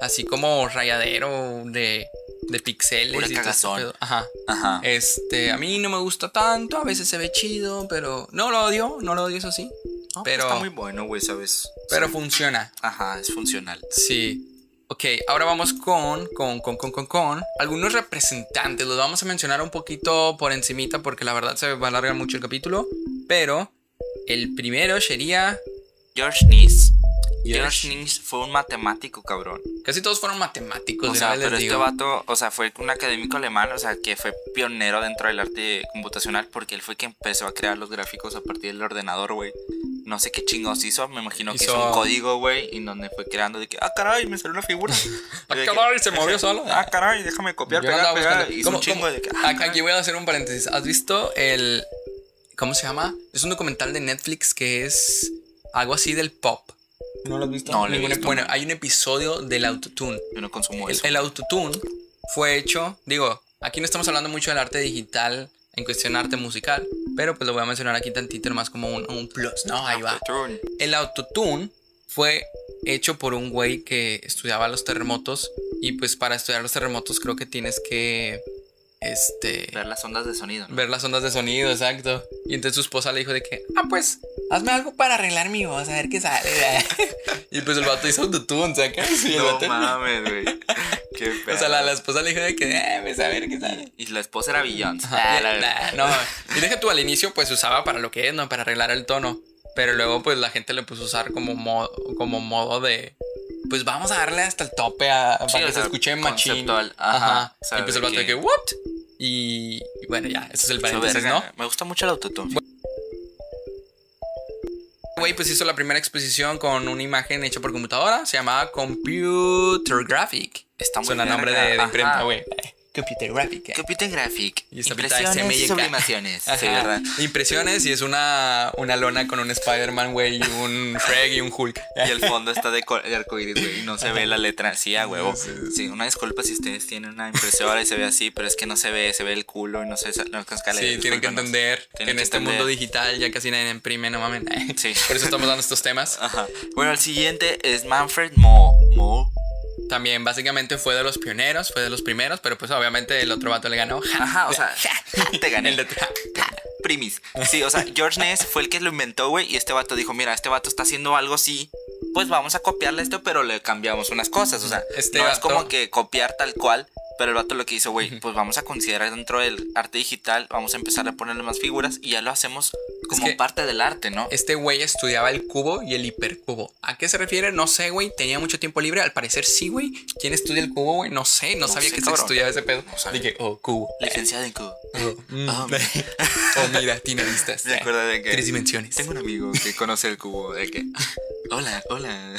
[SPEAKER 1] Así como rayadero de, de pixeles.
[SPEAKER 2] Pura
[SPEAKER 1] y todo ese
[SPEAKER 2] cagazón. Ah.
[SPEAKER 1] pedo. Ajá.
[SPEAKER 2] Ajá.
[SPEAKER 1] Este, a mí no me gusta tanto. A veces se ve chido, pero. No lo odio, no lo odio, eso sí.
[SPEAKER 2] No, pues
[SPEAKER 1] pero-
[SPEAKER 2] está muy bueno, güey, ¿sabes?
[SPEAKER 1] Pero
[SPEAKER 2] Sí.
[SPEAKER 1] funciona.
[SPEAKER 2] Ajá, es funcional.
[SPEAKER 1] Sí. Ok, ahora vamos con, con, con, con, con, con algunos representantes. Los vamos a mencionar un poquito por encimita porque la verdad se va a alargar mucho el capítulo. Pero el primero sería...
[SPEAKER 2] George Nice. George
[SPEAKER 1] George.
[SPEAKER 2] Nice fue un matemático, cabrón.
[SPEAKER 1] Casi todos fueron matemáticos.
[SPEAKER 2] O
[SPEAKER 1] de
[SPEAKER 2] sea,
[SPEAKER 1] una vez les
[SPEAKER 2] pero este
[SPEAKER 1] digo.
[SPEAKER 2] vato, o sea, fue un académico alemán, o sea, que fue pionero dentro del arte computacional porque él fue quien empezó a crear los gráficos a partir del ordenador, güey. No sé qué chingos hizo, me imagino que hizo
[SPEAKER 1] Hizo-
[SPEAKER 2] un código, güey, y donde fue creando de que, ah, caray, me salió una figura.
[SPEAKER 1] Ah,
[SPEAKER 2] Y de que,
[SPEAKER 1] caray, se movió solo.
[SPEAKER 2] Ah, caray, déjame copiar,
[SPEAKER 1] Yo
[SPEAKER 2] pegar,
[SPEAKER 1] andaba
[SPEAKER 2] pegar.
[SPEAKER 1] buscando-
[SPEAKER 2] Hizo
[SPEAKER 1] ¿Cómo-
[SPEAKER 2] un chingo
[SPEAKER 1] cómo?
[SPEAKER 2] de que, ah,
[SPEAKER 1] Ac- Aquí
[SPEAKER 2] caray.
[SPEAKER 1] voy a hacer un paréntesis. ¿Has visto el. ¿Cómo se llama? Es un documental de Netflix que es algo así del pop.
[SPEAKER 2] ¿No lo has visto? No, lo he
[SPEAKER 1] Ningún-
[SPEAKER 2] visto.
[SPEAKER 1] Bueno, hay un episodio del autotune.
[SPEAKER 2] Yo no consumo
[SPEAKER 1] El,
[SPEAKER 2] eso.
[SPEAKER 1] el autotune fue hecho, digo, aquí no estamos hablando mucho del arte digital en cuestión de arte musical, pero pues lo voy a mencionar aquí tantito más como un, un plus, ¿no?
[SPEAKER 2] Ah,
[SPEAKER 1] Ahí va.
[SPEAKER 2] Turn.
[SPEAKER 1] El autotune fue hecho por un güey que estudiaba los terremotos y pues para estudiar los terremotos creo que tienes que... Este...
[SPEAKER 2] Ver las ondas de sonido, ¿no?
[SPEAKER 1] Ver las ondas de sonido, exacto. Y entonces su esposa le dijo de que, ah, pues, hazme algo para arreglar mi voz, a ver qué sale. y pues el vato hizo autotune, ¿sacas? Y el
[SPEAKER 2] No
[SPEAKER 1] vato-
[SPEAKER 2] mames, güey. Qué pedo.
[SPEAKER 1] O sea, la, la esposa le dijo de que, eh, pues, a ver qué sale.
[SPEAKER 2] Y la esposa era Beyoncé.
[SPEAKER 1] Ajá,
[SPEAKER 2] Ah,
[SPEAKER 1] nah,
[SPEAKER 2] la-
[SPEAKER 1] no, y deja tú al inicio, pues usaba para lo que es, ¿no? Para arreglar el tono. Pero luego, pues la gente le puso a usar como modo, como modo de. Pues vamos a darle hasta el tope a,
[SPEAKER 2] Sí,
[SPEAKER 1] para
[SPEAKER 2] o
[SPEAKER 1] que se
[SPEAKER 2] sea,
[SPEAKER 1] escuche machín.
[SPEAKER 2] conceptual, ajá, o sea,
[SPEAKER 1] Y pues el
[SPEAKER 2] de
[SPEAKER 1] vato de
[SPEAKER 2] que-
[SPEAKER 1] que, ¿what? Y, y bueno, ya, ese es el
[SPEAKER 2] Hizo
[SPEAKER 1] paréntesis,
[SPEAKER 2] verga.
[SPEAKER 1] ¿no?
[SPEAKER 2] Me gusta mucho el autotune.
[SPEAKER 1] Güey, pues hizo la primera exposición con una imagen hecha por computadora. Se llamaba Computer Graphic.
[SPEAKER 2] Está muy
[SPEAKER 1] Suena nombre
[SPEAKER 2] verga,
[SPEAKER 1] de, de
[SPEAKER 2] ajá.
[SPEAKER 1] imprenta, güey. Computer Graphic. eh.
[SPEAKER 2] Computer Graphic.
[SPEAKER 1] Y esta pita de
[SPEAKER 2] Impresiones y
[SPEAKER 1] CMYK.
[SPEAKER 2] sublimaciones. Sí,
[SPEAKER 1] Ajá.
[SPEAKER 2] ¿verdad?
[SPEAKER 1] Impresiones y es una, una lona con un Spider-Man, güey, y un Frag y un Hulk.
[SPEAKER 2] Y el fondo está de, co- de arcoíris, güey. Y no se ve la letra. Sí, a huevo.
[SPEAKER 1] Sí,
[SPEAKER 2] Sí, una disculpa si ustedes tienen una impresora y se ve así, pero es que no se ve, se ve el culo y no se no alcanza a leer.
[SPEAKER 1] Sí, tienen que
[SPEAKER 2] discúlpenos.
[SPEAKER 1] entender que
[SPEAKER 2] Tienen
[SPEAKER 1] en
[SPEAKER 2] que
[SPEAKER 1] este
[SPEAKER 2] entender.
[SPEAKER 1] mundo digital ya casi nadie imprime, no mames.
[SPEAKER 2] Sí.
[SPEAKER 1] Por eso estamos dando estos temas.
[SPEAKER 2] Ajá. Bueno, el siguiente es Manfred Mo. Mo.
[SPEAKER 1] También básicamente fue de los pioneros, fue de los primeros, pero pues obviamente el otro vato le ganó.
[SPEAKER 2] Ajá, o sea, te gané.
[SPEAKER 1] El de-
[SPEAKER 2] primis. Sí, o sea, George Ness fue el que lo inventó, güey. Y este vato dijo, mira, este vato está haciendo algo así. Pues vamos a copiarle esto, pero le cambiamos unas cosas. O sea,
[SPEAKER 1] Este
[SPEAKER 2] no es
[SPEAKER 1] vato-
[SPEAKER 2] como que copiar tal cual. Pero el vato lo que hizo, güey, pues vamos a considerar dentro del arte digital, vamos a empezar a ponerle más figuras y ya lo hacemos como
[SPEAKER 1] que-
[SPEAKER 2] parte del arte, ¿no?
[SPEAKER 1] Este güey estudiaba el cubo y el hipercubo. ¿A qué se refiere? No sé, güey. Tenía mucho tiempo libre. Al parecer sí, güey. ¿Quién estudia el cubo, güey? No sé. No,
[SPEAKER 2] No
[SPEAKER 1] sabía
[SPEAKER 2] sé,
[SPEAKER 1] que se
[SPEAKER 2] cabrón.
[SPEAKER 1] estudiaba ese pedo.
[SPEAKER 2] No sabía.
[SPEAKER 1] Dije, oh, cubo.
[SPEAKER 2] Licenciado en Cuba.
[SPEAKER 1] Oh, mm.
[SPEAKER 2] Ah,
[SPEAKER 1] Oh, mira, tiene vistas.
[SPEAKER 2] Me acuerdo de que-
[SPEAKER 1] Tres dimensiones.
[SPEAKER 2] Tengo un amigo que conoce el cubo, de que... Hola, hola.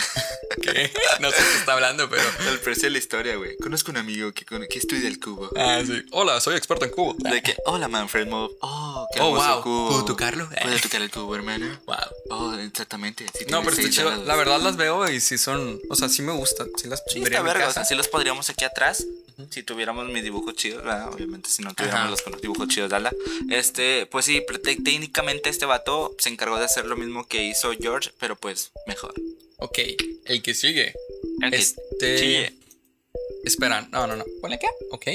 [SPEAKER 1] ¿Qué? No sé qué está hablando, pero.
[SPEAKER 2] El precio de la historia, güey. Conozco un amigo que, con- que estudia el cubo.
[SPEAKER 1] Ah, sí. Hola, soy experto en cubo.
[SPEAKER 2] De que, hola Manfred Mob. Oh, qué
[SPEAKER 1] Oh,
[SPEAKER 2] hermoso
[SPEAKER 1] wow.
[SPEAKER 2] cubo.
[SPEAKER 1] ¿Puedo tocarlo?
[SPEAKER 2] ¿Puedo tocar el cubo, hermano?
[SPEAKER 1] Wow.
[SPEAKER 2] Oh, exactamente. sí
[SPEAKER 1] No,
[SPEAKER 2] tiene
[SPEAKER 1] pero está
[SPEAKER 2] seis
[SPEAKER 1] chido.
[SPEAKER 2] lados.
[SPEAKER 1] La verdad las veo y sí son. O sea, sí me gusta. Sí las
[SPEAKER 2] Sí,
[SPEAKER 1] pondría
[SPEAKER 2] está
[SPEAKER 1] en mi
[SPEAKER 2] verga. O
[SPEAKER 1] casa.
[SPEAKER 2] sea, sí los podríamos aquí atrás. Si tuviéramos mis dibujos chidos, ¿verdad? obviamente si no tuviéramos
[SPEAKER 1] Ajá.
[SPEAKER 2] los con- dibujos chidos, dala. Este, pues sí, pero te- técnicamente este vato se encargó de hacer lo mismo que hizo George, pero pues mejor.
[SPEAKER 1] Ok, el que sigue.
[SPEAKER 2] El que
[SPEAKER 1] Este.
[SPEAKER 2] sigue.
[SPEAKER 1] Espera, no, no, no. Ponle acá, ok.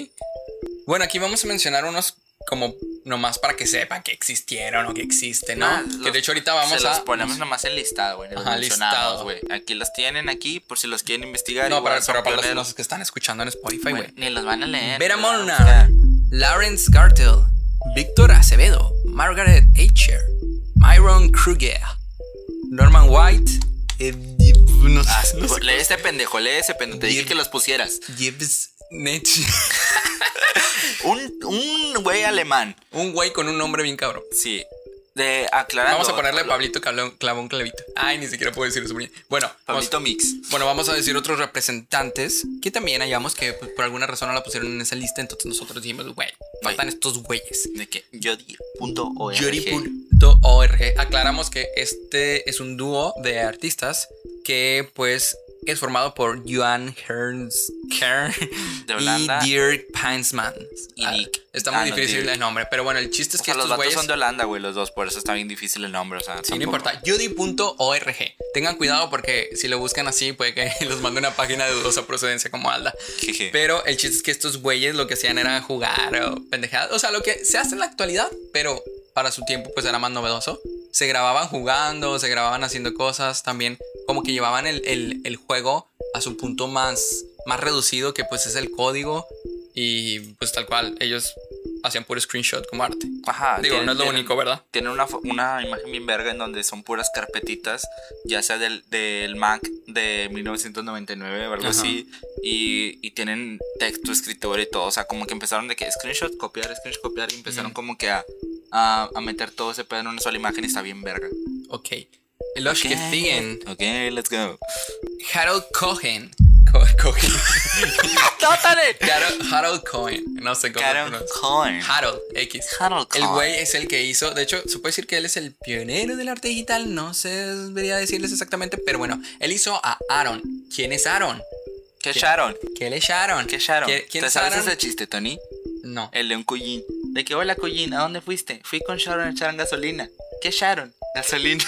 [SPEAKER 1] Bueno, aquí vamos a mencionar unos como nomás para que sepan que existieron o que existen, ¿no?
[SPEAKER 2] Ah,
[SPEAKER 1] que
[SPEAKER 2] los-
[SPEAKER 1] de hecho ahorita vamos
[SPEAKER 2] se
[SPEAKER 1] a.
[SPEAKER 2] los ponemos nomás en listado, güey. en Los
[SPEAKER 1] Ajá,
[SPEAKER 2] mencionados,
[SPEAKER 1] listado.
[SPEAKER 2] güey. Aquí los tienen aquí por si los quieren investigar.
[SPEAKER 1] No,
[SPEAKER 2] igual
[SPEAKER 1] para,
[SPEAKER 2] son
[SPEAKER 1] pero para los,
[SPEAKER 2] pioneros.
[SPEAKER 1] los que están escuchando en Spotify, güey.
[SPEAKER 2] Bueno, ni los van a leer.
[SPEAKER 1] Vera
[SPEAKER 2] ni los van a
[SPEAKER 1] Molnar,
[SPEAKER 2] buscar.
[SPEAKER 1] Lawrence Gartel, Víctor Acevedo, Margaret Acher, Myron Kruger, Norman White, eh, no sé-
[SPEAKER 2] Ah,
[SPEAKER 1] no sé-
[SPEAKER 2] pues, lee este pendejo, lee ese pendejo. Te dije
[SPEAKER 1] Bien.
[SPEAKER 2] que los pusieras.
[SPEAKER 1] Gibbs Nech.
[SPEAKER 2] Un, un güey alemán.
[SPEAKER 1] Un güey con un nombre bien cabrón.
[SPEAKER 2] Sí. De aclarando.
[SPEAKER 1] Vamos a ponerle Pablito Cablón- Clavón Clavito. Ay, ni siquiera puedo decir su nombre. Bueno, vamos,
[SPEAKER 2] Pablito Mix.
[SPEAKER 1] bueno, vamos a decir otros representantes que también hallamos que pues, por alguna razón no la pusieron en esa lista. Entonces nosotros dijimos, güey, faltan estos güeyes.
[SPEAKER 2] De que Yodi.org.
[SPEAKER 1] Yuri.org. Aclaramos que este es un dúo de artistas que pues es formado por Johan Herns Kern
[SPEAKER 2] De Holanda.
[SPEAKER 1] y Dirk Peinsman.
[SPEAKER 2] Y Nick.
[SPEAKER 1] está muy
[SPEAKER 2] Ah, no,
[SPEAKER 1] difícil
[SPEAKER 2] Dirk.
[SPEAKER 1] el nombre, pero bueno, el chiste es
[SPEAKER 2] O
[SPEAKER 1] que
[SPEAKER 2] sea, los
[SPEAKER 1] estos
[SPEAKER 2] vatos
[SPEAKER 1] güeyes...
[SPEAKER 2] son de Holanda, güey, los dos. Por eso está bien difícil el nombre. O sea,
[SPEAKER 1] Sí, no
[SPEAKER 2] tampoco-
[SPEAKER 1] importa. Judy.org. Tengan cuidado porque si lo buscan así puede que los mande una página de dudosa procedencia como Alda.
[SPEAKER 2] Jeje.
[SPEAKER 1] Pero el chiste es que estos güeyes lo que hacían era jugar o pendejadas. O sea, lo que se hace en la actualidad, pero para su tiempo pues era más novedoso. Se grababan jugando, se grababan haciendo cosas también. Como que llevaban el, el- el juego a su punto más, más reducido, que pues es el código. Y pues tal cual, ellos hacían puro screenshot como arte.
[SPEAKER 2] Ajá.
[SPEAKER 1] Digo,
[SPEAKER 2] tienen-
[SPEAKER 1] no es lo
[SPEAKER 2] tienen-
[SPEAKER 1] único, ¿verdad?
[SPEAKER 2] Tienen una, fo- una imagen bien verga en donde son puras carpetitas, ya sea del, del Mac de 1999 o algo
[SPEAKER 1] Ajá.
[SPEAKER 2] así, y, y tienen texto, escritura y todo. O sea, como que empezaron de que screenshot, copiar, screenshot, copiar, y empezaron
[SPEAKER 1] Ujú.
[SPEAKER 2] como que a, a, a meter todo ese pedo en una sola imagen y está bien verga.
[SPEAKER 1] Ok. Los que siguen,
[SPEAKER 2] Ok, let's go.
[SPEAKER 1] Harold Cohen. Co- Cohen. Harold, Harold Cohen. No sé cómo
[SPEAKER 2] Karen
[SPEAKER 1] pronunciar.
[SPEAKER 2] Cohen.
[SPEAKER 1] Harold X.
[SPEAKER 2] Harold
[SPEAKER 1] El
[SPEAKER 2] Cohen.
[SPEAKER 1] güey es el que hizo, de hecho, se puede decir que él es el pionero del arte digital, no sé, debería decirles exactamente, pero bueno, él hizo a Aaron. ¿Quién es Aaron?
[SPEAKER 2] ¿Qué Sharon?
[SPEAKER 1] ¿Qué es Aaron?
[SPEAKER 2] ¿Qué Sharon?
[SPEAKER 1] ¿Qui- ¿Quién
[SPEAKER 2] ¿Te
[SPEAKER 1] es
[SPEAKER 2] sabes
[SPEAKER 1] Aaron?
[SPEAKER 2] ese chiste, Tony?
[SPEAKER 1] No.
[SPEAKER 2] El de un Cullín. De que, hola Cullín, ¿a dónde fuiste? Fui con Sharon a echar gasolina. ¿Qué Sharon? Gasolina.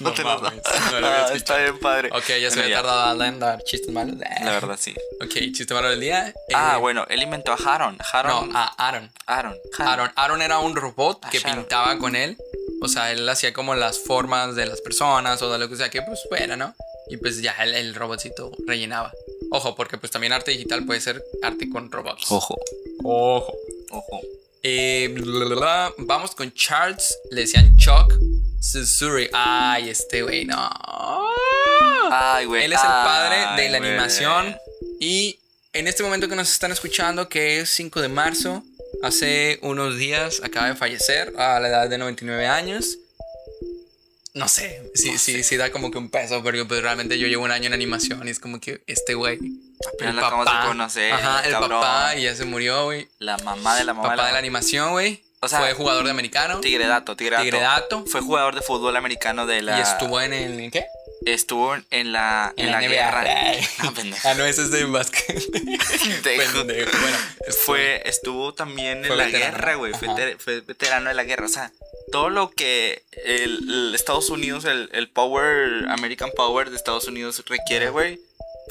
[SPEAKER 1] No
[SPEAKER 2] te lo
[SPEAKER 1] mames,
[SPEAKER 2] da.
[SPEAKER 1] no lo había
[SPEAKER 2] Ah, Está bien padre.
[SPEAKER 1] Ok, ya se
[SPEAKER 2] Bueno,
[SPEAKER 1] me había tardado en dar chistes malos.
[SPEAKER 2] La verdad, sí.
[SPEAKER 1] Ok, chiste malo del día.
[SPEAKER 2] Ah,
[SPEAKER 1] eh,
[SPEAKER 2] bueno, él inventó a Haron. Haron.
[SPEAKER 1] No, a Aaron.
[SPEAKER 2] Aaron.
[SPEAKER 1] Aaron. Aaron era un robot
[SPEAKER 2] Ah,
[SPEAKER 1] que
[SPEAKER 2] Sharon.
[SPEAKER 1] pintaba con él. O sea, él hacía como las formas de las personas o de lo que sea que pues fuera, ¿no? Y pues ya el, el robotcito rellenaba. Ojo, porque pues también arte digital puede ser arte con robots.
[SPEAKER 2] Ojo.
[SPEAKER 1] Ojo.
[SPEAKER 2] Ojo.
[SPEAKER 1] Eh, bla, bla, bla. Vamos con Charles. Le decían Chuck Susuri. Ay, este güey, no.
[SPEAKER 2] Ay, güey.
[SPEAKER 1] Él es el
[SPEAKER 2] Ay,
[SPEAKER 1] padre de la
[SPEAKER 2] güey.
[SPEAKER 1] animación. Y en este momento que nos están escuchando, que es 5 de marzo, hace unos días acaba de fallecer a la edad de 99 años. No sé, sí, sí, sí da como que un peso, porque pues, realmente yo llevo un año en animación y es como que este güey.
[SPEAKER 2] Apenas lo acabamos de conocer,
[SPEAKER 1] Ajá, el
[SPEAKER 2] cabrón.
[SPEAKER 1] papá y ya se murió, güey.
[SPEAKER 2] La mamá de la mamá.
[SPEAKER 1] Papá de la
[SPEAKER 2] mamá.
[SPEAKER 1] animación, güey.
[SPEAKER 2] O sea,
[SPEAKER 1] fue jugador de americano,
[SPEAKER 2] Tigredato, Tigredato.
[SPEAKER 1] tigredato,
[SPEAKER 2] Fue jugador de fútbol americano de la.
[SPEAKER 1] y estuvo en el ¿en ¿qué?
[SPEAKER 2] Estuvo en la. En,
[SPEAKER 1] En la
[SPEAKER 2] la,
[SPEAKER 1] NBA.
[SPEAKER 2] guerra.
[SPEAKER 1] Ay.
[SPEAKER 2] Ah, pendejo.
[SPEAKER 1] Ah, no, ese es de básquet.
[SPEAKER 2] Pendejo.
[SPEAKER 1] Pendejo. Bueno,
[SPEAKER 2] este,
[SPEAKER 1] este,
[SPEAKER 2] Fue, estuvo también
[SPEAKER 1] Fue
[SPEAKER 2] en la
[SPEAKER 1] veterano.
[SPEAKER 2] guerra, güey. Fue,
[SPEAKER 1] Ajá.
[SPEAKER 2] ter- fue veterano de la guerra. O sea, todo lo que el, el Estados Unidos, el, el Power, American Power de Estados Unidos requiere, güey.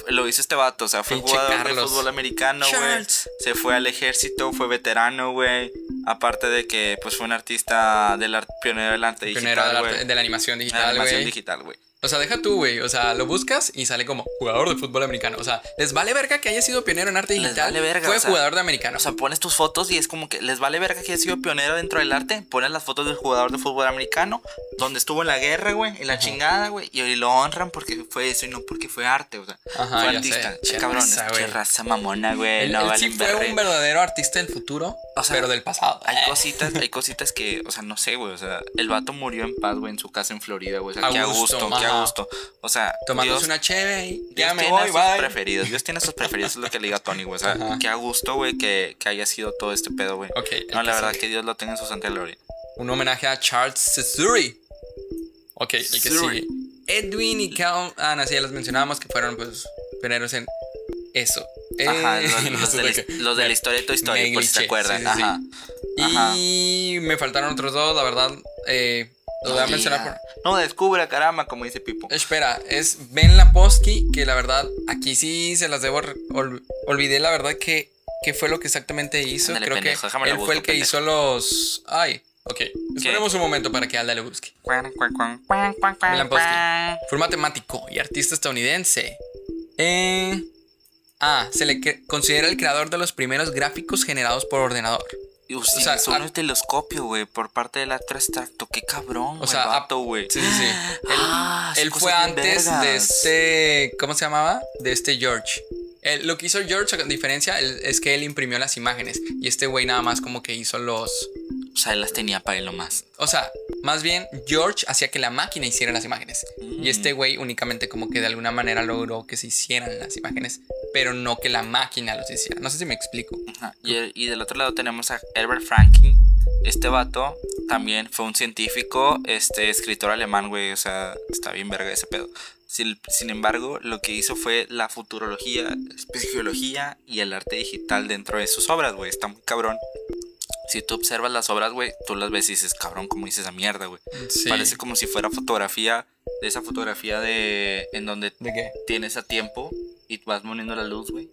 [SPEAKER 2] Lo hizo este vato. O sea, fue
[SPEAKER 1] Pinche
[SPEAKER 2] jugador de
[SPEAKER 1] Carlos.
[SPEAKER 2] fútbol americano, güey.
[SPEAKER 1] Charles.
[SPEAKER 2] Se fue al ejército, fue veterano, güey. Aparte de que, pues, fue un artista del ar- pionero del arte
[SPEAKER 1] Pionero de
[SPEAKER 2] digital,
[SPEAKER 1] la,
[SPEAKER 2] güey.
[SPEAKER 1] de la animación
[SPEAKER 2] En la
[SPEAKER 1] digital,
[SPEAKER 2] Animación
[SPEAKER 1] güey.
[SPEAKER 2] digital, güey.
[SPEAKER 1] O sea, deja tú, güey. O sea, lo buscas y sale como jugador de fútbol americano. O sea, les vale verga que haya sido pionero en arte
[SPEAKER 2] Les
[SPEAKER 1] digital.
[SPEAKER 2] vale verga,
[SPEAKER 1] fue
[SPEAKER 2] o sea,
[SPEAKER 1] jugador de americano.
[SPEAKER 2] O sea, pones tus fotos y es como que les vale verga que he sido pionero dentro del arte. Pones las fotos del jugador de fútbol americano, donde estuvo en la guerra, güey, en la chingada, güey. Y hoy lo honran porque fue eso y no porque fue arte, o sea,
[SPEAKER 1] Ajá,
[SPEAKER 2] fue
[SPEAKER 1] ya
[SPEAKER 2] artista.
[SPEAKER 1] sé.
[SPEAKER 2] Che,
[SPEAKER 1] Qué
[SPEAKER 2] cabrón,
[SPEAKER 1] raza,
[SPEAKER 2] qué
[SPEAKER 1] güey.
[SPEAKER 2] raza mamona, güey.
[SPEAKER 1] él,
[SPEAKER 2] No
[SPEAKER 1] él
[SPEAKER 2] valen
[SPEAKER 1] sí fue
[SPEAKER 2] verga.
[SPEAKER 1] un Eh. verdadero artista del futuro,
[SPEAKER 2] O sea,
[SPEAKER 1] pero del pasado.
[SPEAKER 2] Hay cositas, hay cositas que, o sea, no sé, güey. O sea, el vato murió en paz, güey, en su casa en Florida, güey. O sea,
[SPEAKER 1] A
[SPEAKER 2] qué a
[SPEAKER 1] gusto,
[SPEAKER 2] gusto, qué
[SPEAKER 1] ajá.
[SPEAKER 2] a gusto. O sea,
[SPEAKER 1] Tomándose
[SPEAKER 2] Dios-
[SPEAKER 1] una cheve y
[SPEAKER 2] Dios
[SPEAKER 1] ya me
[SPEAKER 2] tiene
[SPEAKER 1] voy,
[SPEAKER 2] sus
[SPEAKER 1] bye.
[SPEAKER 2] preferidos. Dios tiene sus preferidos, es lo que le diga Tony, güey. O sea,
[SPEAKER 1] Ajá.
[SPEAKER 2] qué a gusto, güey, que, que haya sido todo este pedo, güey.
[SPEAKER 1] Ok, el
[SPEAKER 2] No,
[SPEAKER 1] que
[SPEAKER 2] la verdad
[SPEAKER 1] sigue.
[SPEAKER 2] que Dios lo tenga en su santa gloria.
[SPEAKER 1] Un homenaje a Charles Sisuri. Ok, el que
[SPEAKER 2] Sisuri.
[SPEAKER 1] sigue. Edwin y Cal. Ah, no, sí, ya los mencionábamos que fueron, pues, pioneros en eso.
[SPEAKER 2] Ajá,
[SPEAKER 1] Eh,
[SPEAKER 2] los,
[SPEAKER 1] no
[SPEAKER 2] los
[SPEAKER 1] sé
[SPEAKER 2] de,
[SPEAKER 1] por
[SPEAKER 2] la,
[SPEAKER 1] qué.
[SPEAKER 2] los de la
[SPEAKER 1] Me-
[SPEAKER 2] historia de Toy
[SPEAKER 1] me
[SPEAKER 2] Story, por si se
[SPEAKER 1] glitché,
[SPEAKER 2] acuerdan.
[SPEAKER 1] sí, sí, sí.
[SPEAKER 2] Ajá. Ajá.
[SPEAKER 1] Y me faltaron otros dos, la verdad. eh, los voy a
[SPEAKER 2] No
[SPEAKER 1] mencionar
[SPEAKER 2] diga.
[SPEAKER 1] por.
[SPEAKER 2] No, descubra, caramba, como dice Pipo.
[SPEAKER 1] Espera, es Ben Laposky, que la verdad, aquí sí se las debo. re- ol- olvidé la verdad que, que fue lo que exactamente hizo.
[SPEAKER 2] Ándale,
[SPEAKER 1] Creo
[SPEAKER 2] pendejo,
[SPEAKER 1] que
[SPEAKER 2] déjame la
[SPEAKER 1] él
[SPEAKER 2] busco,
[SPEAKER 1] fue el que
[SPEAKER 2] pendejo.
[SPEAKER 1] hizo los. Ay, ok. Esperemos un momento para que Alda le busque.
[SPEAKER 2] Cuan, cuan, cuan, cuan, cuan, cuan,
[SPEAKER 1] Alan Posky.
[SPEAKER 2] cuan.
[SPEAKER 1] Fue un matemático y artista estadounidense. Eh, ah, se le cre- considera el creador de los primeros gráficos generados por ordenador.
[SPEAKER 2] Y
[SPEAKER 1] O sea,
[SPEAKER 2] ustedes
[SPEAKER 1] ar-
[SPEAKER 2] son un telescopio, güey, por parte del actor extracto. Qué cabrón,
[SPEAKER 1] O
[SPEAKER 2] güey,
[SPEAKER 1] sea,
[SPEAKER 2] vato, güey.
[SPEAKER 1] Sí, sí, sí. Él,
[SPEAKER 2] Ah, son
[SPEAKER 1] él
[SPEAKER 2] cosas
[SPEAKER 1] fue
[SPEAKER 2] bien
[SPEAKER 1] antes
[SPEAKER 2] vergas.
[SPEAKER 1] de este. ¿Cómo se llamaba? De este George. Él- lo que hizo George, a diferencia, él- es que él imprimió las imágenes. Y este güey nada más como que hizo los.
[SPEAKER 2] O sea, él las tenía para él nomás.
[SPEAKER 1] O sea, más bien George hacía que la máquina hiciera las imágenes. Y este güey únicamente como que de alguna manera logró que se hicieran las imágenes, pero no que la máquina los hiciera. No sé si me explico.
[SPEAKER 2] Ajá, Y, el- y del otro lado tenemos a Herbert Franklin. Este vato también fue un científico, este escritor alemán, güey. O sea, está bien verga ese pedo. Sin, sin embargo, lo que hizo fue la futurología, espeleología y el arte digital dentro de sus obras, güey. Está muy cabrón. Si tú observas las obras, güey, tú las ves y dices, cabrón, como dices esa mierda, güey.
[SPEAKER 1] Sí.
[SPEAKER 2] Parece como si fuera fotografía, de esa fotografía de en donde
[SPEAKER 1] ¿De qué?
[SPEAKER 2] tienes a tiempo y vas poniendo la luz, güey.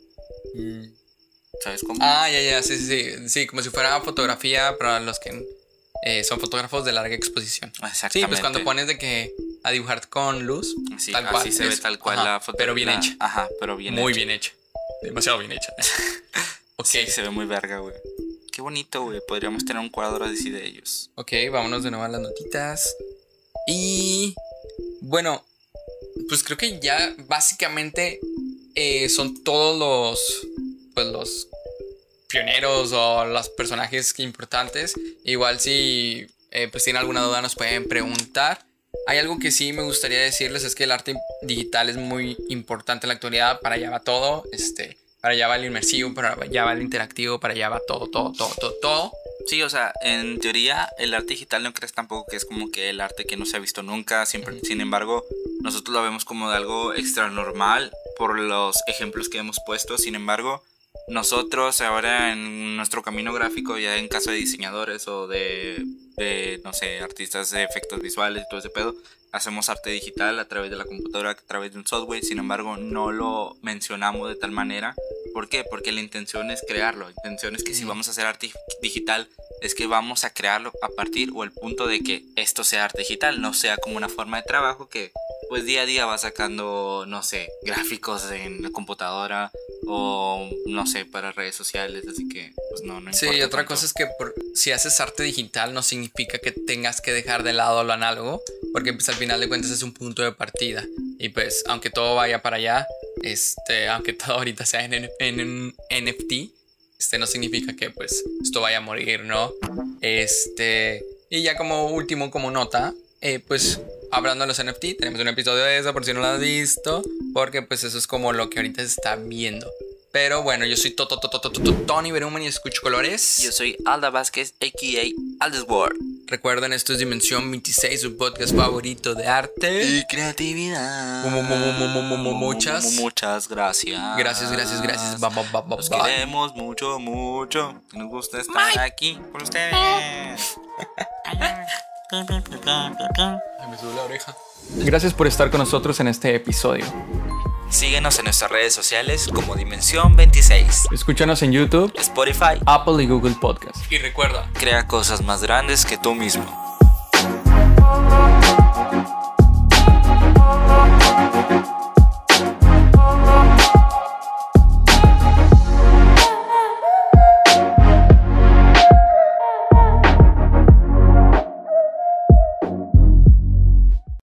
[SPEAKER 2] ¿Sabes cómo?
[SPEAKER 1] Ah, ya, ya, sí, sí, sí, sí, como si fuera fotografía para los que eh, son fotógrafos de larga exposición. Sí,
[SPEAKER 2] Exactamente.
[SPEAKER 1] pues cuando pones de que a dibujar con luz.
[SPEAKER 2] Sí,
[SPEAKER 1] tal
[SPEAKER 2] así
[SPEAKER 1] cual.
[SPEAKER 2] se ve
[SPEAKER 1] es-
[SPEAKER 2] tal cual
[SPEAKER 1] ajá,
[SPEAKER 2] la foto.
[SPEAKER 1] Pero bien
[SPEAKER 2] la-
[SPEAKER 1] hecha.
[SPEAKER 2] Ajá, pero bien
[SPEAKER 1] muy
[SPEAKER 2] hecha.
[SPEAKER 1] bien hecha. Demasiado bien hecha. ok,
[SPEAKER 2] Sí, se ve muy verga, güey. Qué bonito, güey. Podríamos tener un cuadro así de ellos.
[SPEAKER 1] ok, vámonos de nuevo a las notitas. Y bueno, pues creo que ya básicamente eh, son todos los, pues los pioneros o los personajes importantes. Igual si eh, pues tienen alguna duda nos pueden preguntar. Hay algo que sí me gustaría decirles es que el arte digital es muy importante en la actualidad. Para allá va todo, este, para allá va el inmersivo, para allá va el interactivo, para allá va todo, todo, todo, todo, todo.
[SPEAKER 2] Sí, o sea, en teoría el arte digital no crees tampoco que es como que el arte que no se ha visto nunca, siempre, sin embargo, nosotros lo vemos como de algo extra normal por los ejemplos que hemos puesto, sin embargo, nosotros ahora en nuestro camino gráfico, ya en caso de diseñadores o de, de, no sé, artistas de efectos visuales y todo ese pedo, hacemos arte digital a través de la computadora, a través de un software, sin embargo, no lo mencionamos de tal manera. ¿Por qué? Porque la intención es crearlo, la intención es que si
[SPEAKER 1] Ujú.
[SPEAKER 2] vamos a hacer arte digital, es que vamos a crearlo a partir o el punto de que esto sea arte digital, no sea como una forma de trabajo que pues día a día va sacando, no sé, gráficos en la computadora o no sé, para redes sociales, así que pues no, no
[SPEAKER 1] Sí,
[SPEAKER 2] importa
[SPEAKER 1] y otra
[SPEAKER 2] tanto.
[SPEAKER 1] cosa es que por- si haces arte digital no significa que tengas que dejar de lado lo análogo, porque pues, al final de cuentas es un punto de partida. Y pues aunque todo vaya para allá, este, aunque todo ahorita sea en, en- en un NFT, este no significa que pues esto vaya a morir, ¿no? Este, y ya como último, como nota, eh, pues hablando de los NFT, tenemos un episodio de eso por si no lo has visto, porque pues eso es como lo que ahorita se está viendo. Pero bueno, yo soy Toto, Toto, Toto, Toto, Tony Berumen y escucho colores.
[SPEAKER 2] Yo soy Alda Vázquez, a.k.a. Alda's World.
[SPEAKER 1] Recuerden, esto es Dimensión 26, su podcast favorito de arte.
[SPEAKER 2] Y creatividad.
[SPEAKER 1] Mu- mu- mu- mu- mu- mu- mu- muchas.
[SPEAKER 2] Mu- mu- Muchas gracias.
[SPEAKER 1] Gracias, gracias, gracias. Ba- ba- ba- ba-
[SPEAKER 2] Los
[SPEAKER 1] ba-
[SPEAKER 2] queremos mucho, mucho. Nos gusta estar aquí con ustedes.
[SPEAKER 1] Ay, me subió la oreja. Gracias por estar con nosotros en este episodio.
[SPEAKER 2] Síguenos en nuestras redes sociales como Dimensión 26,
[SPEAKER 1] Escúchanos en YouTube,
[SPEAKER 2] Spotify.
[SPEAKER 1] Apple y Google Podcast. Y recuerda,
[SPEAKER 2] Crea cosas más grandes que tú mismo.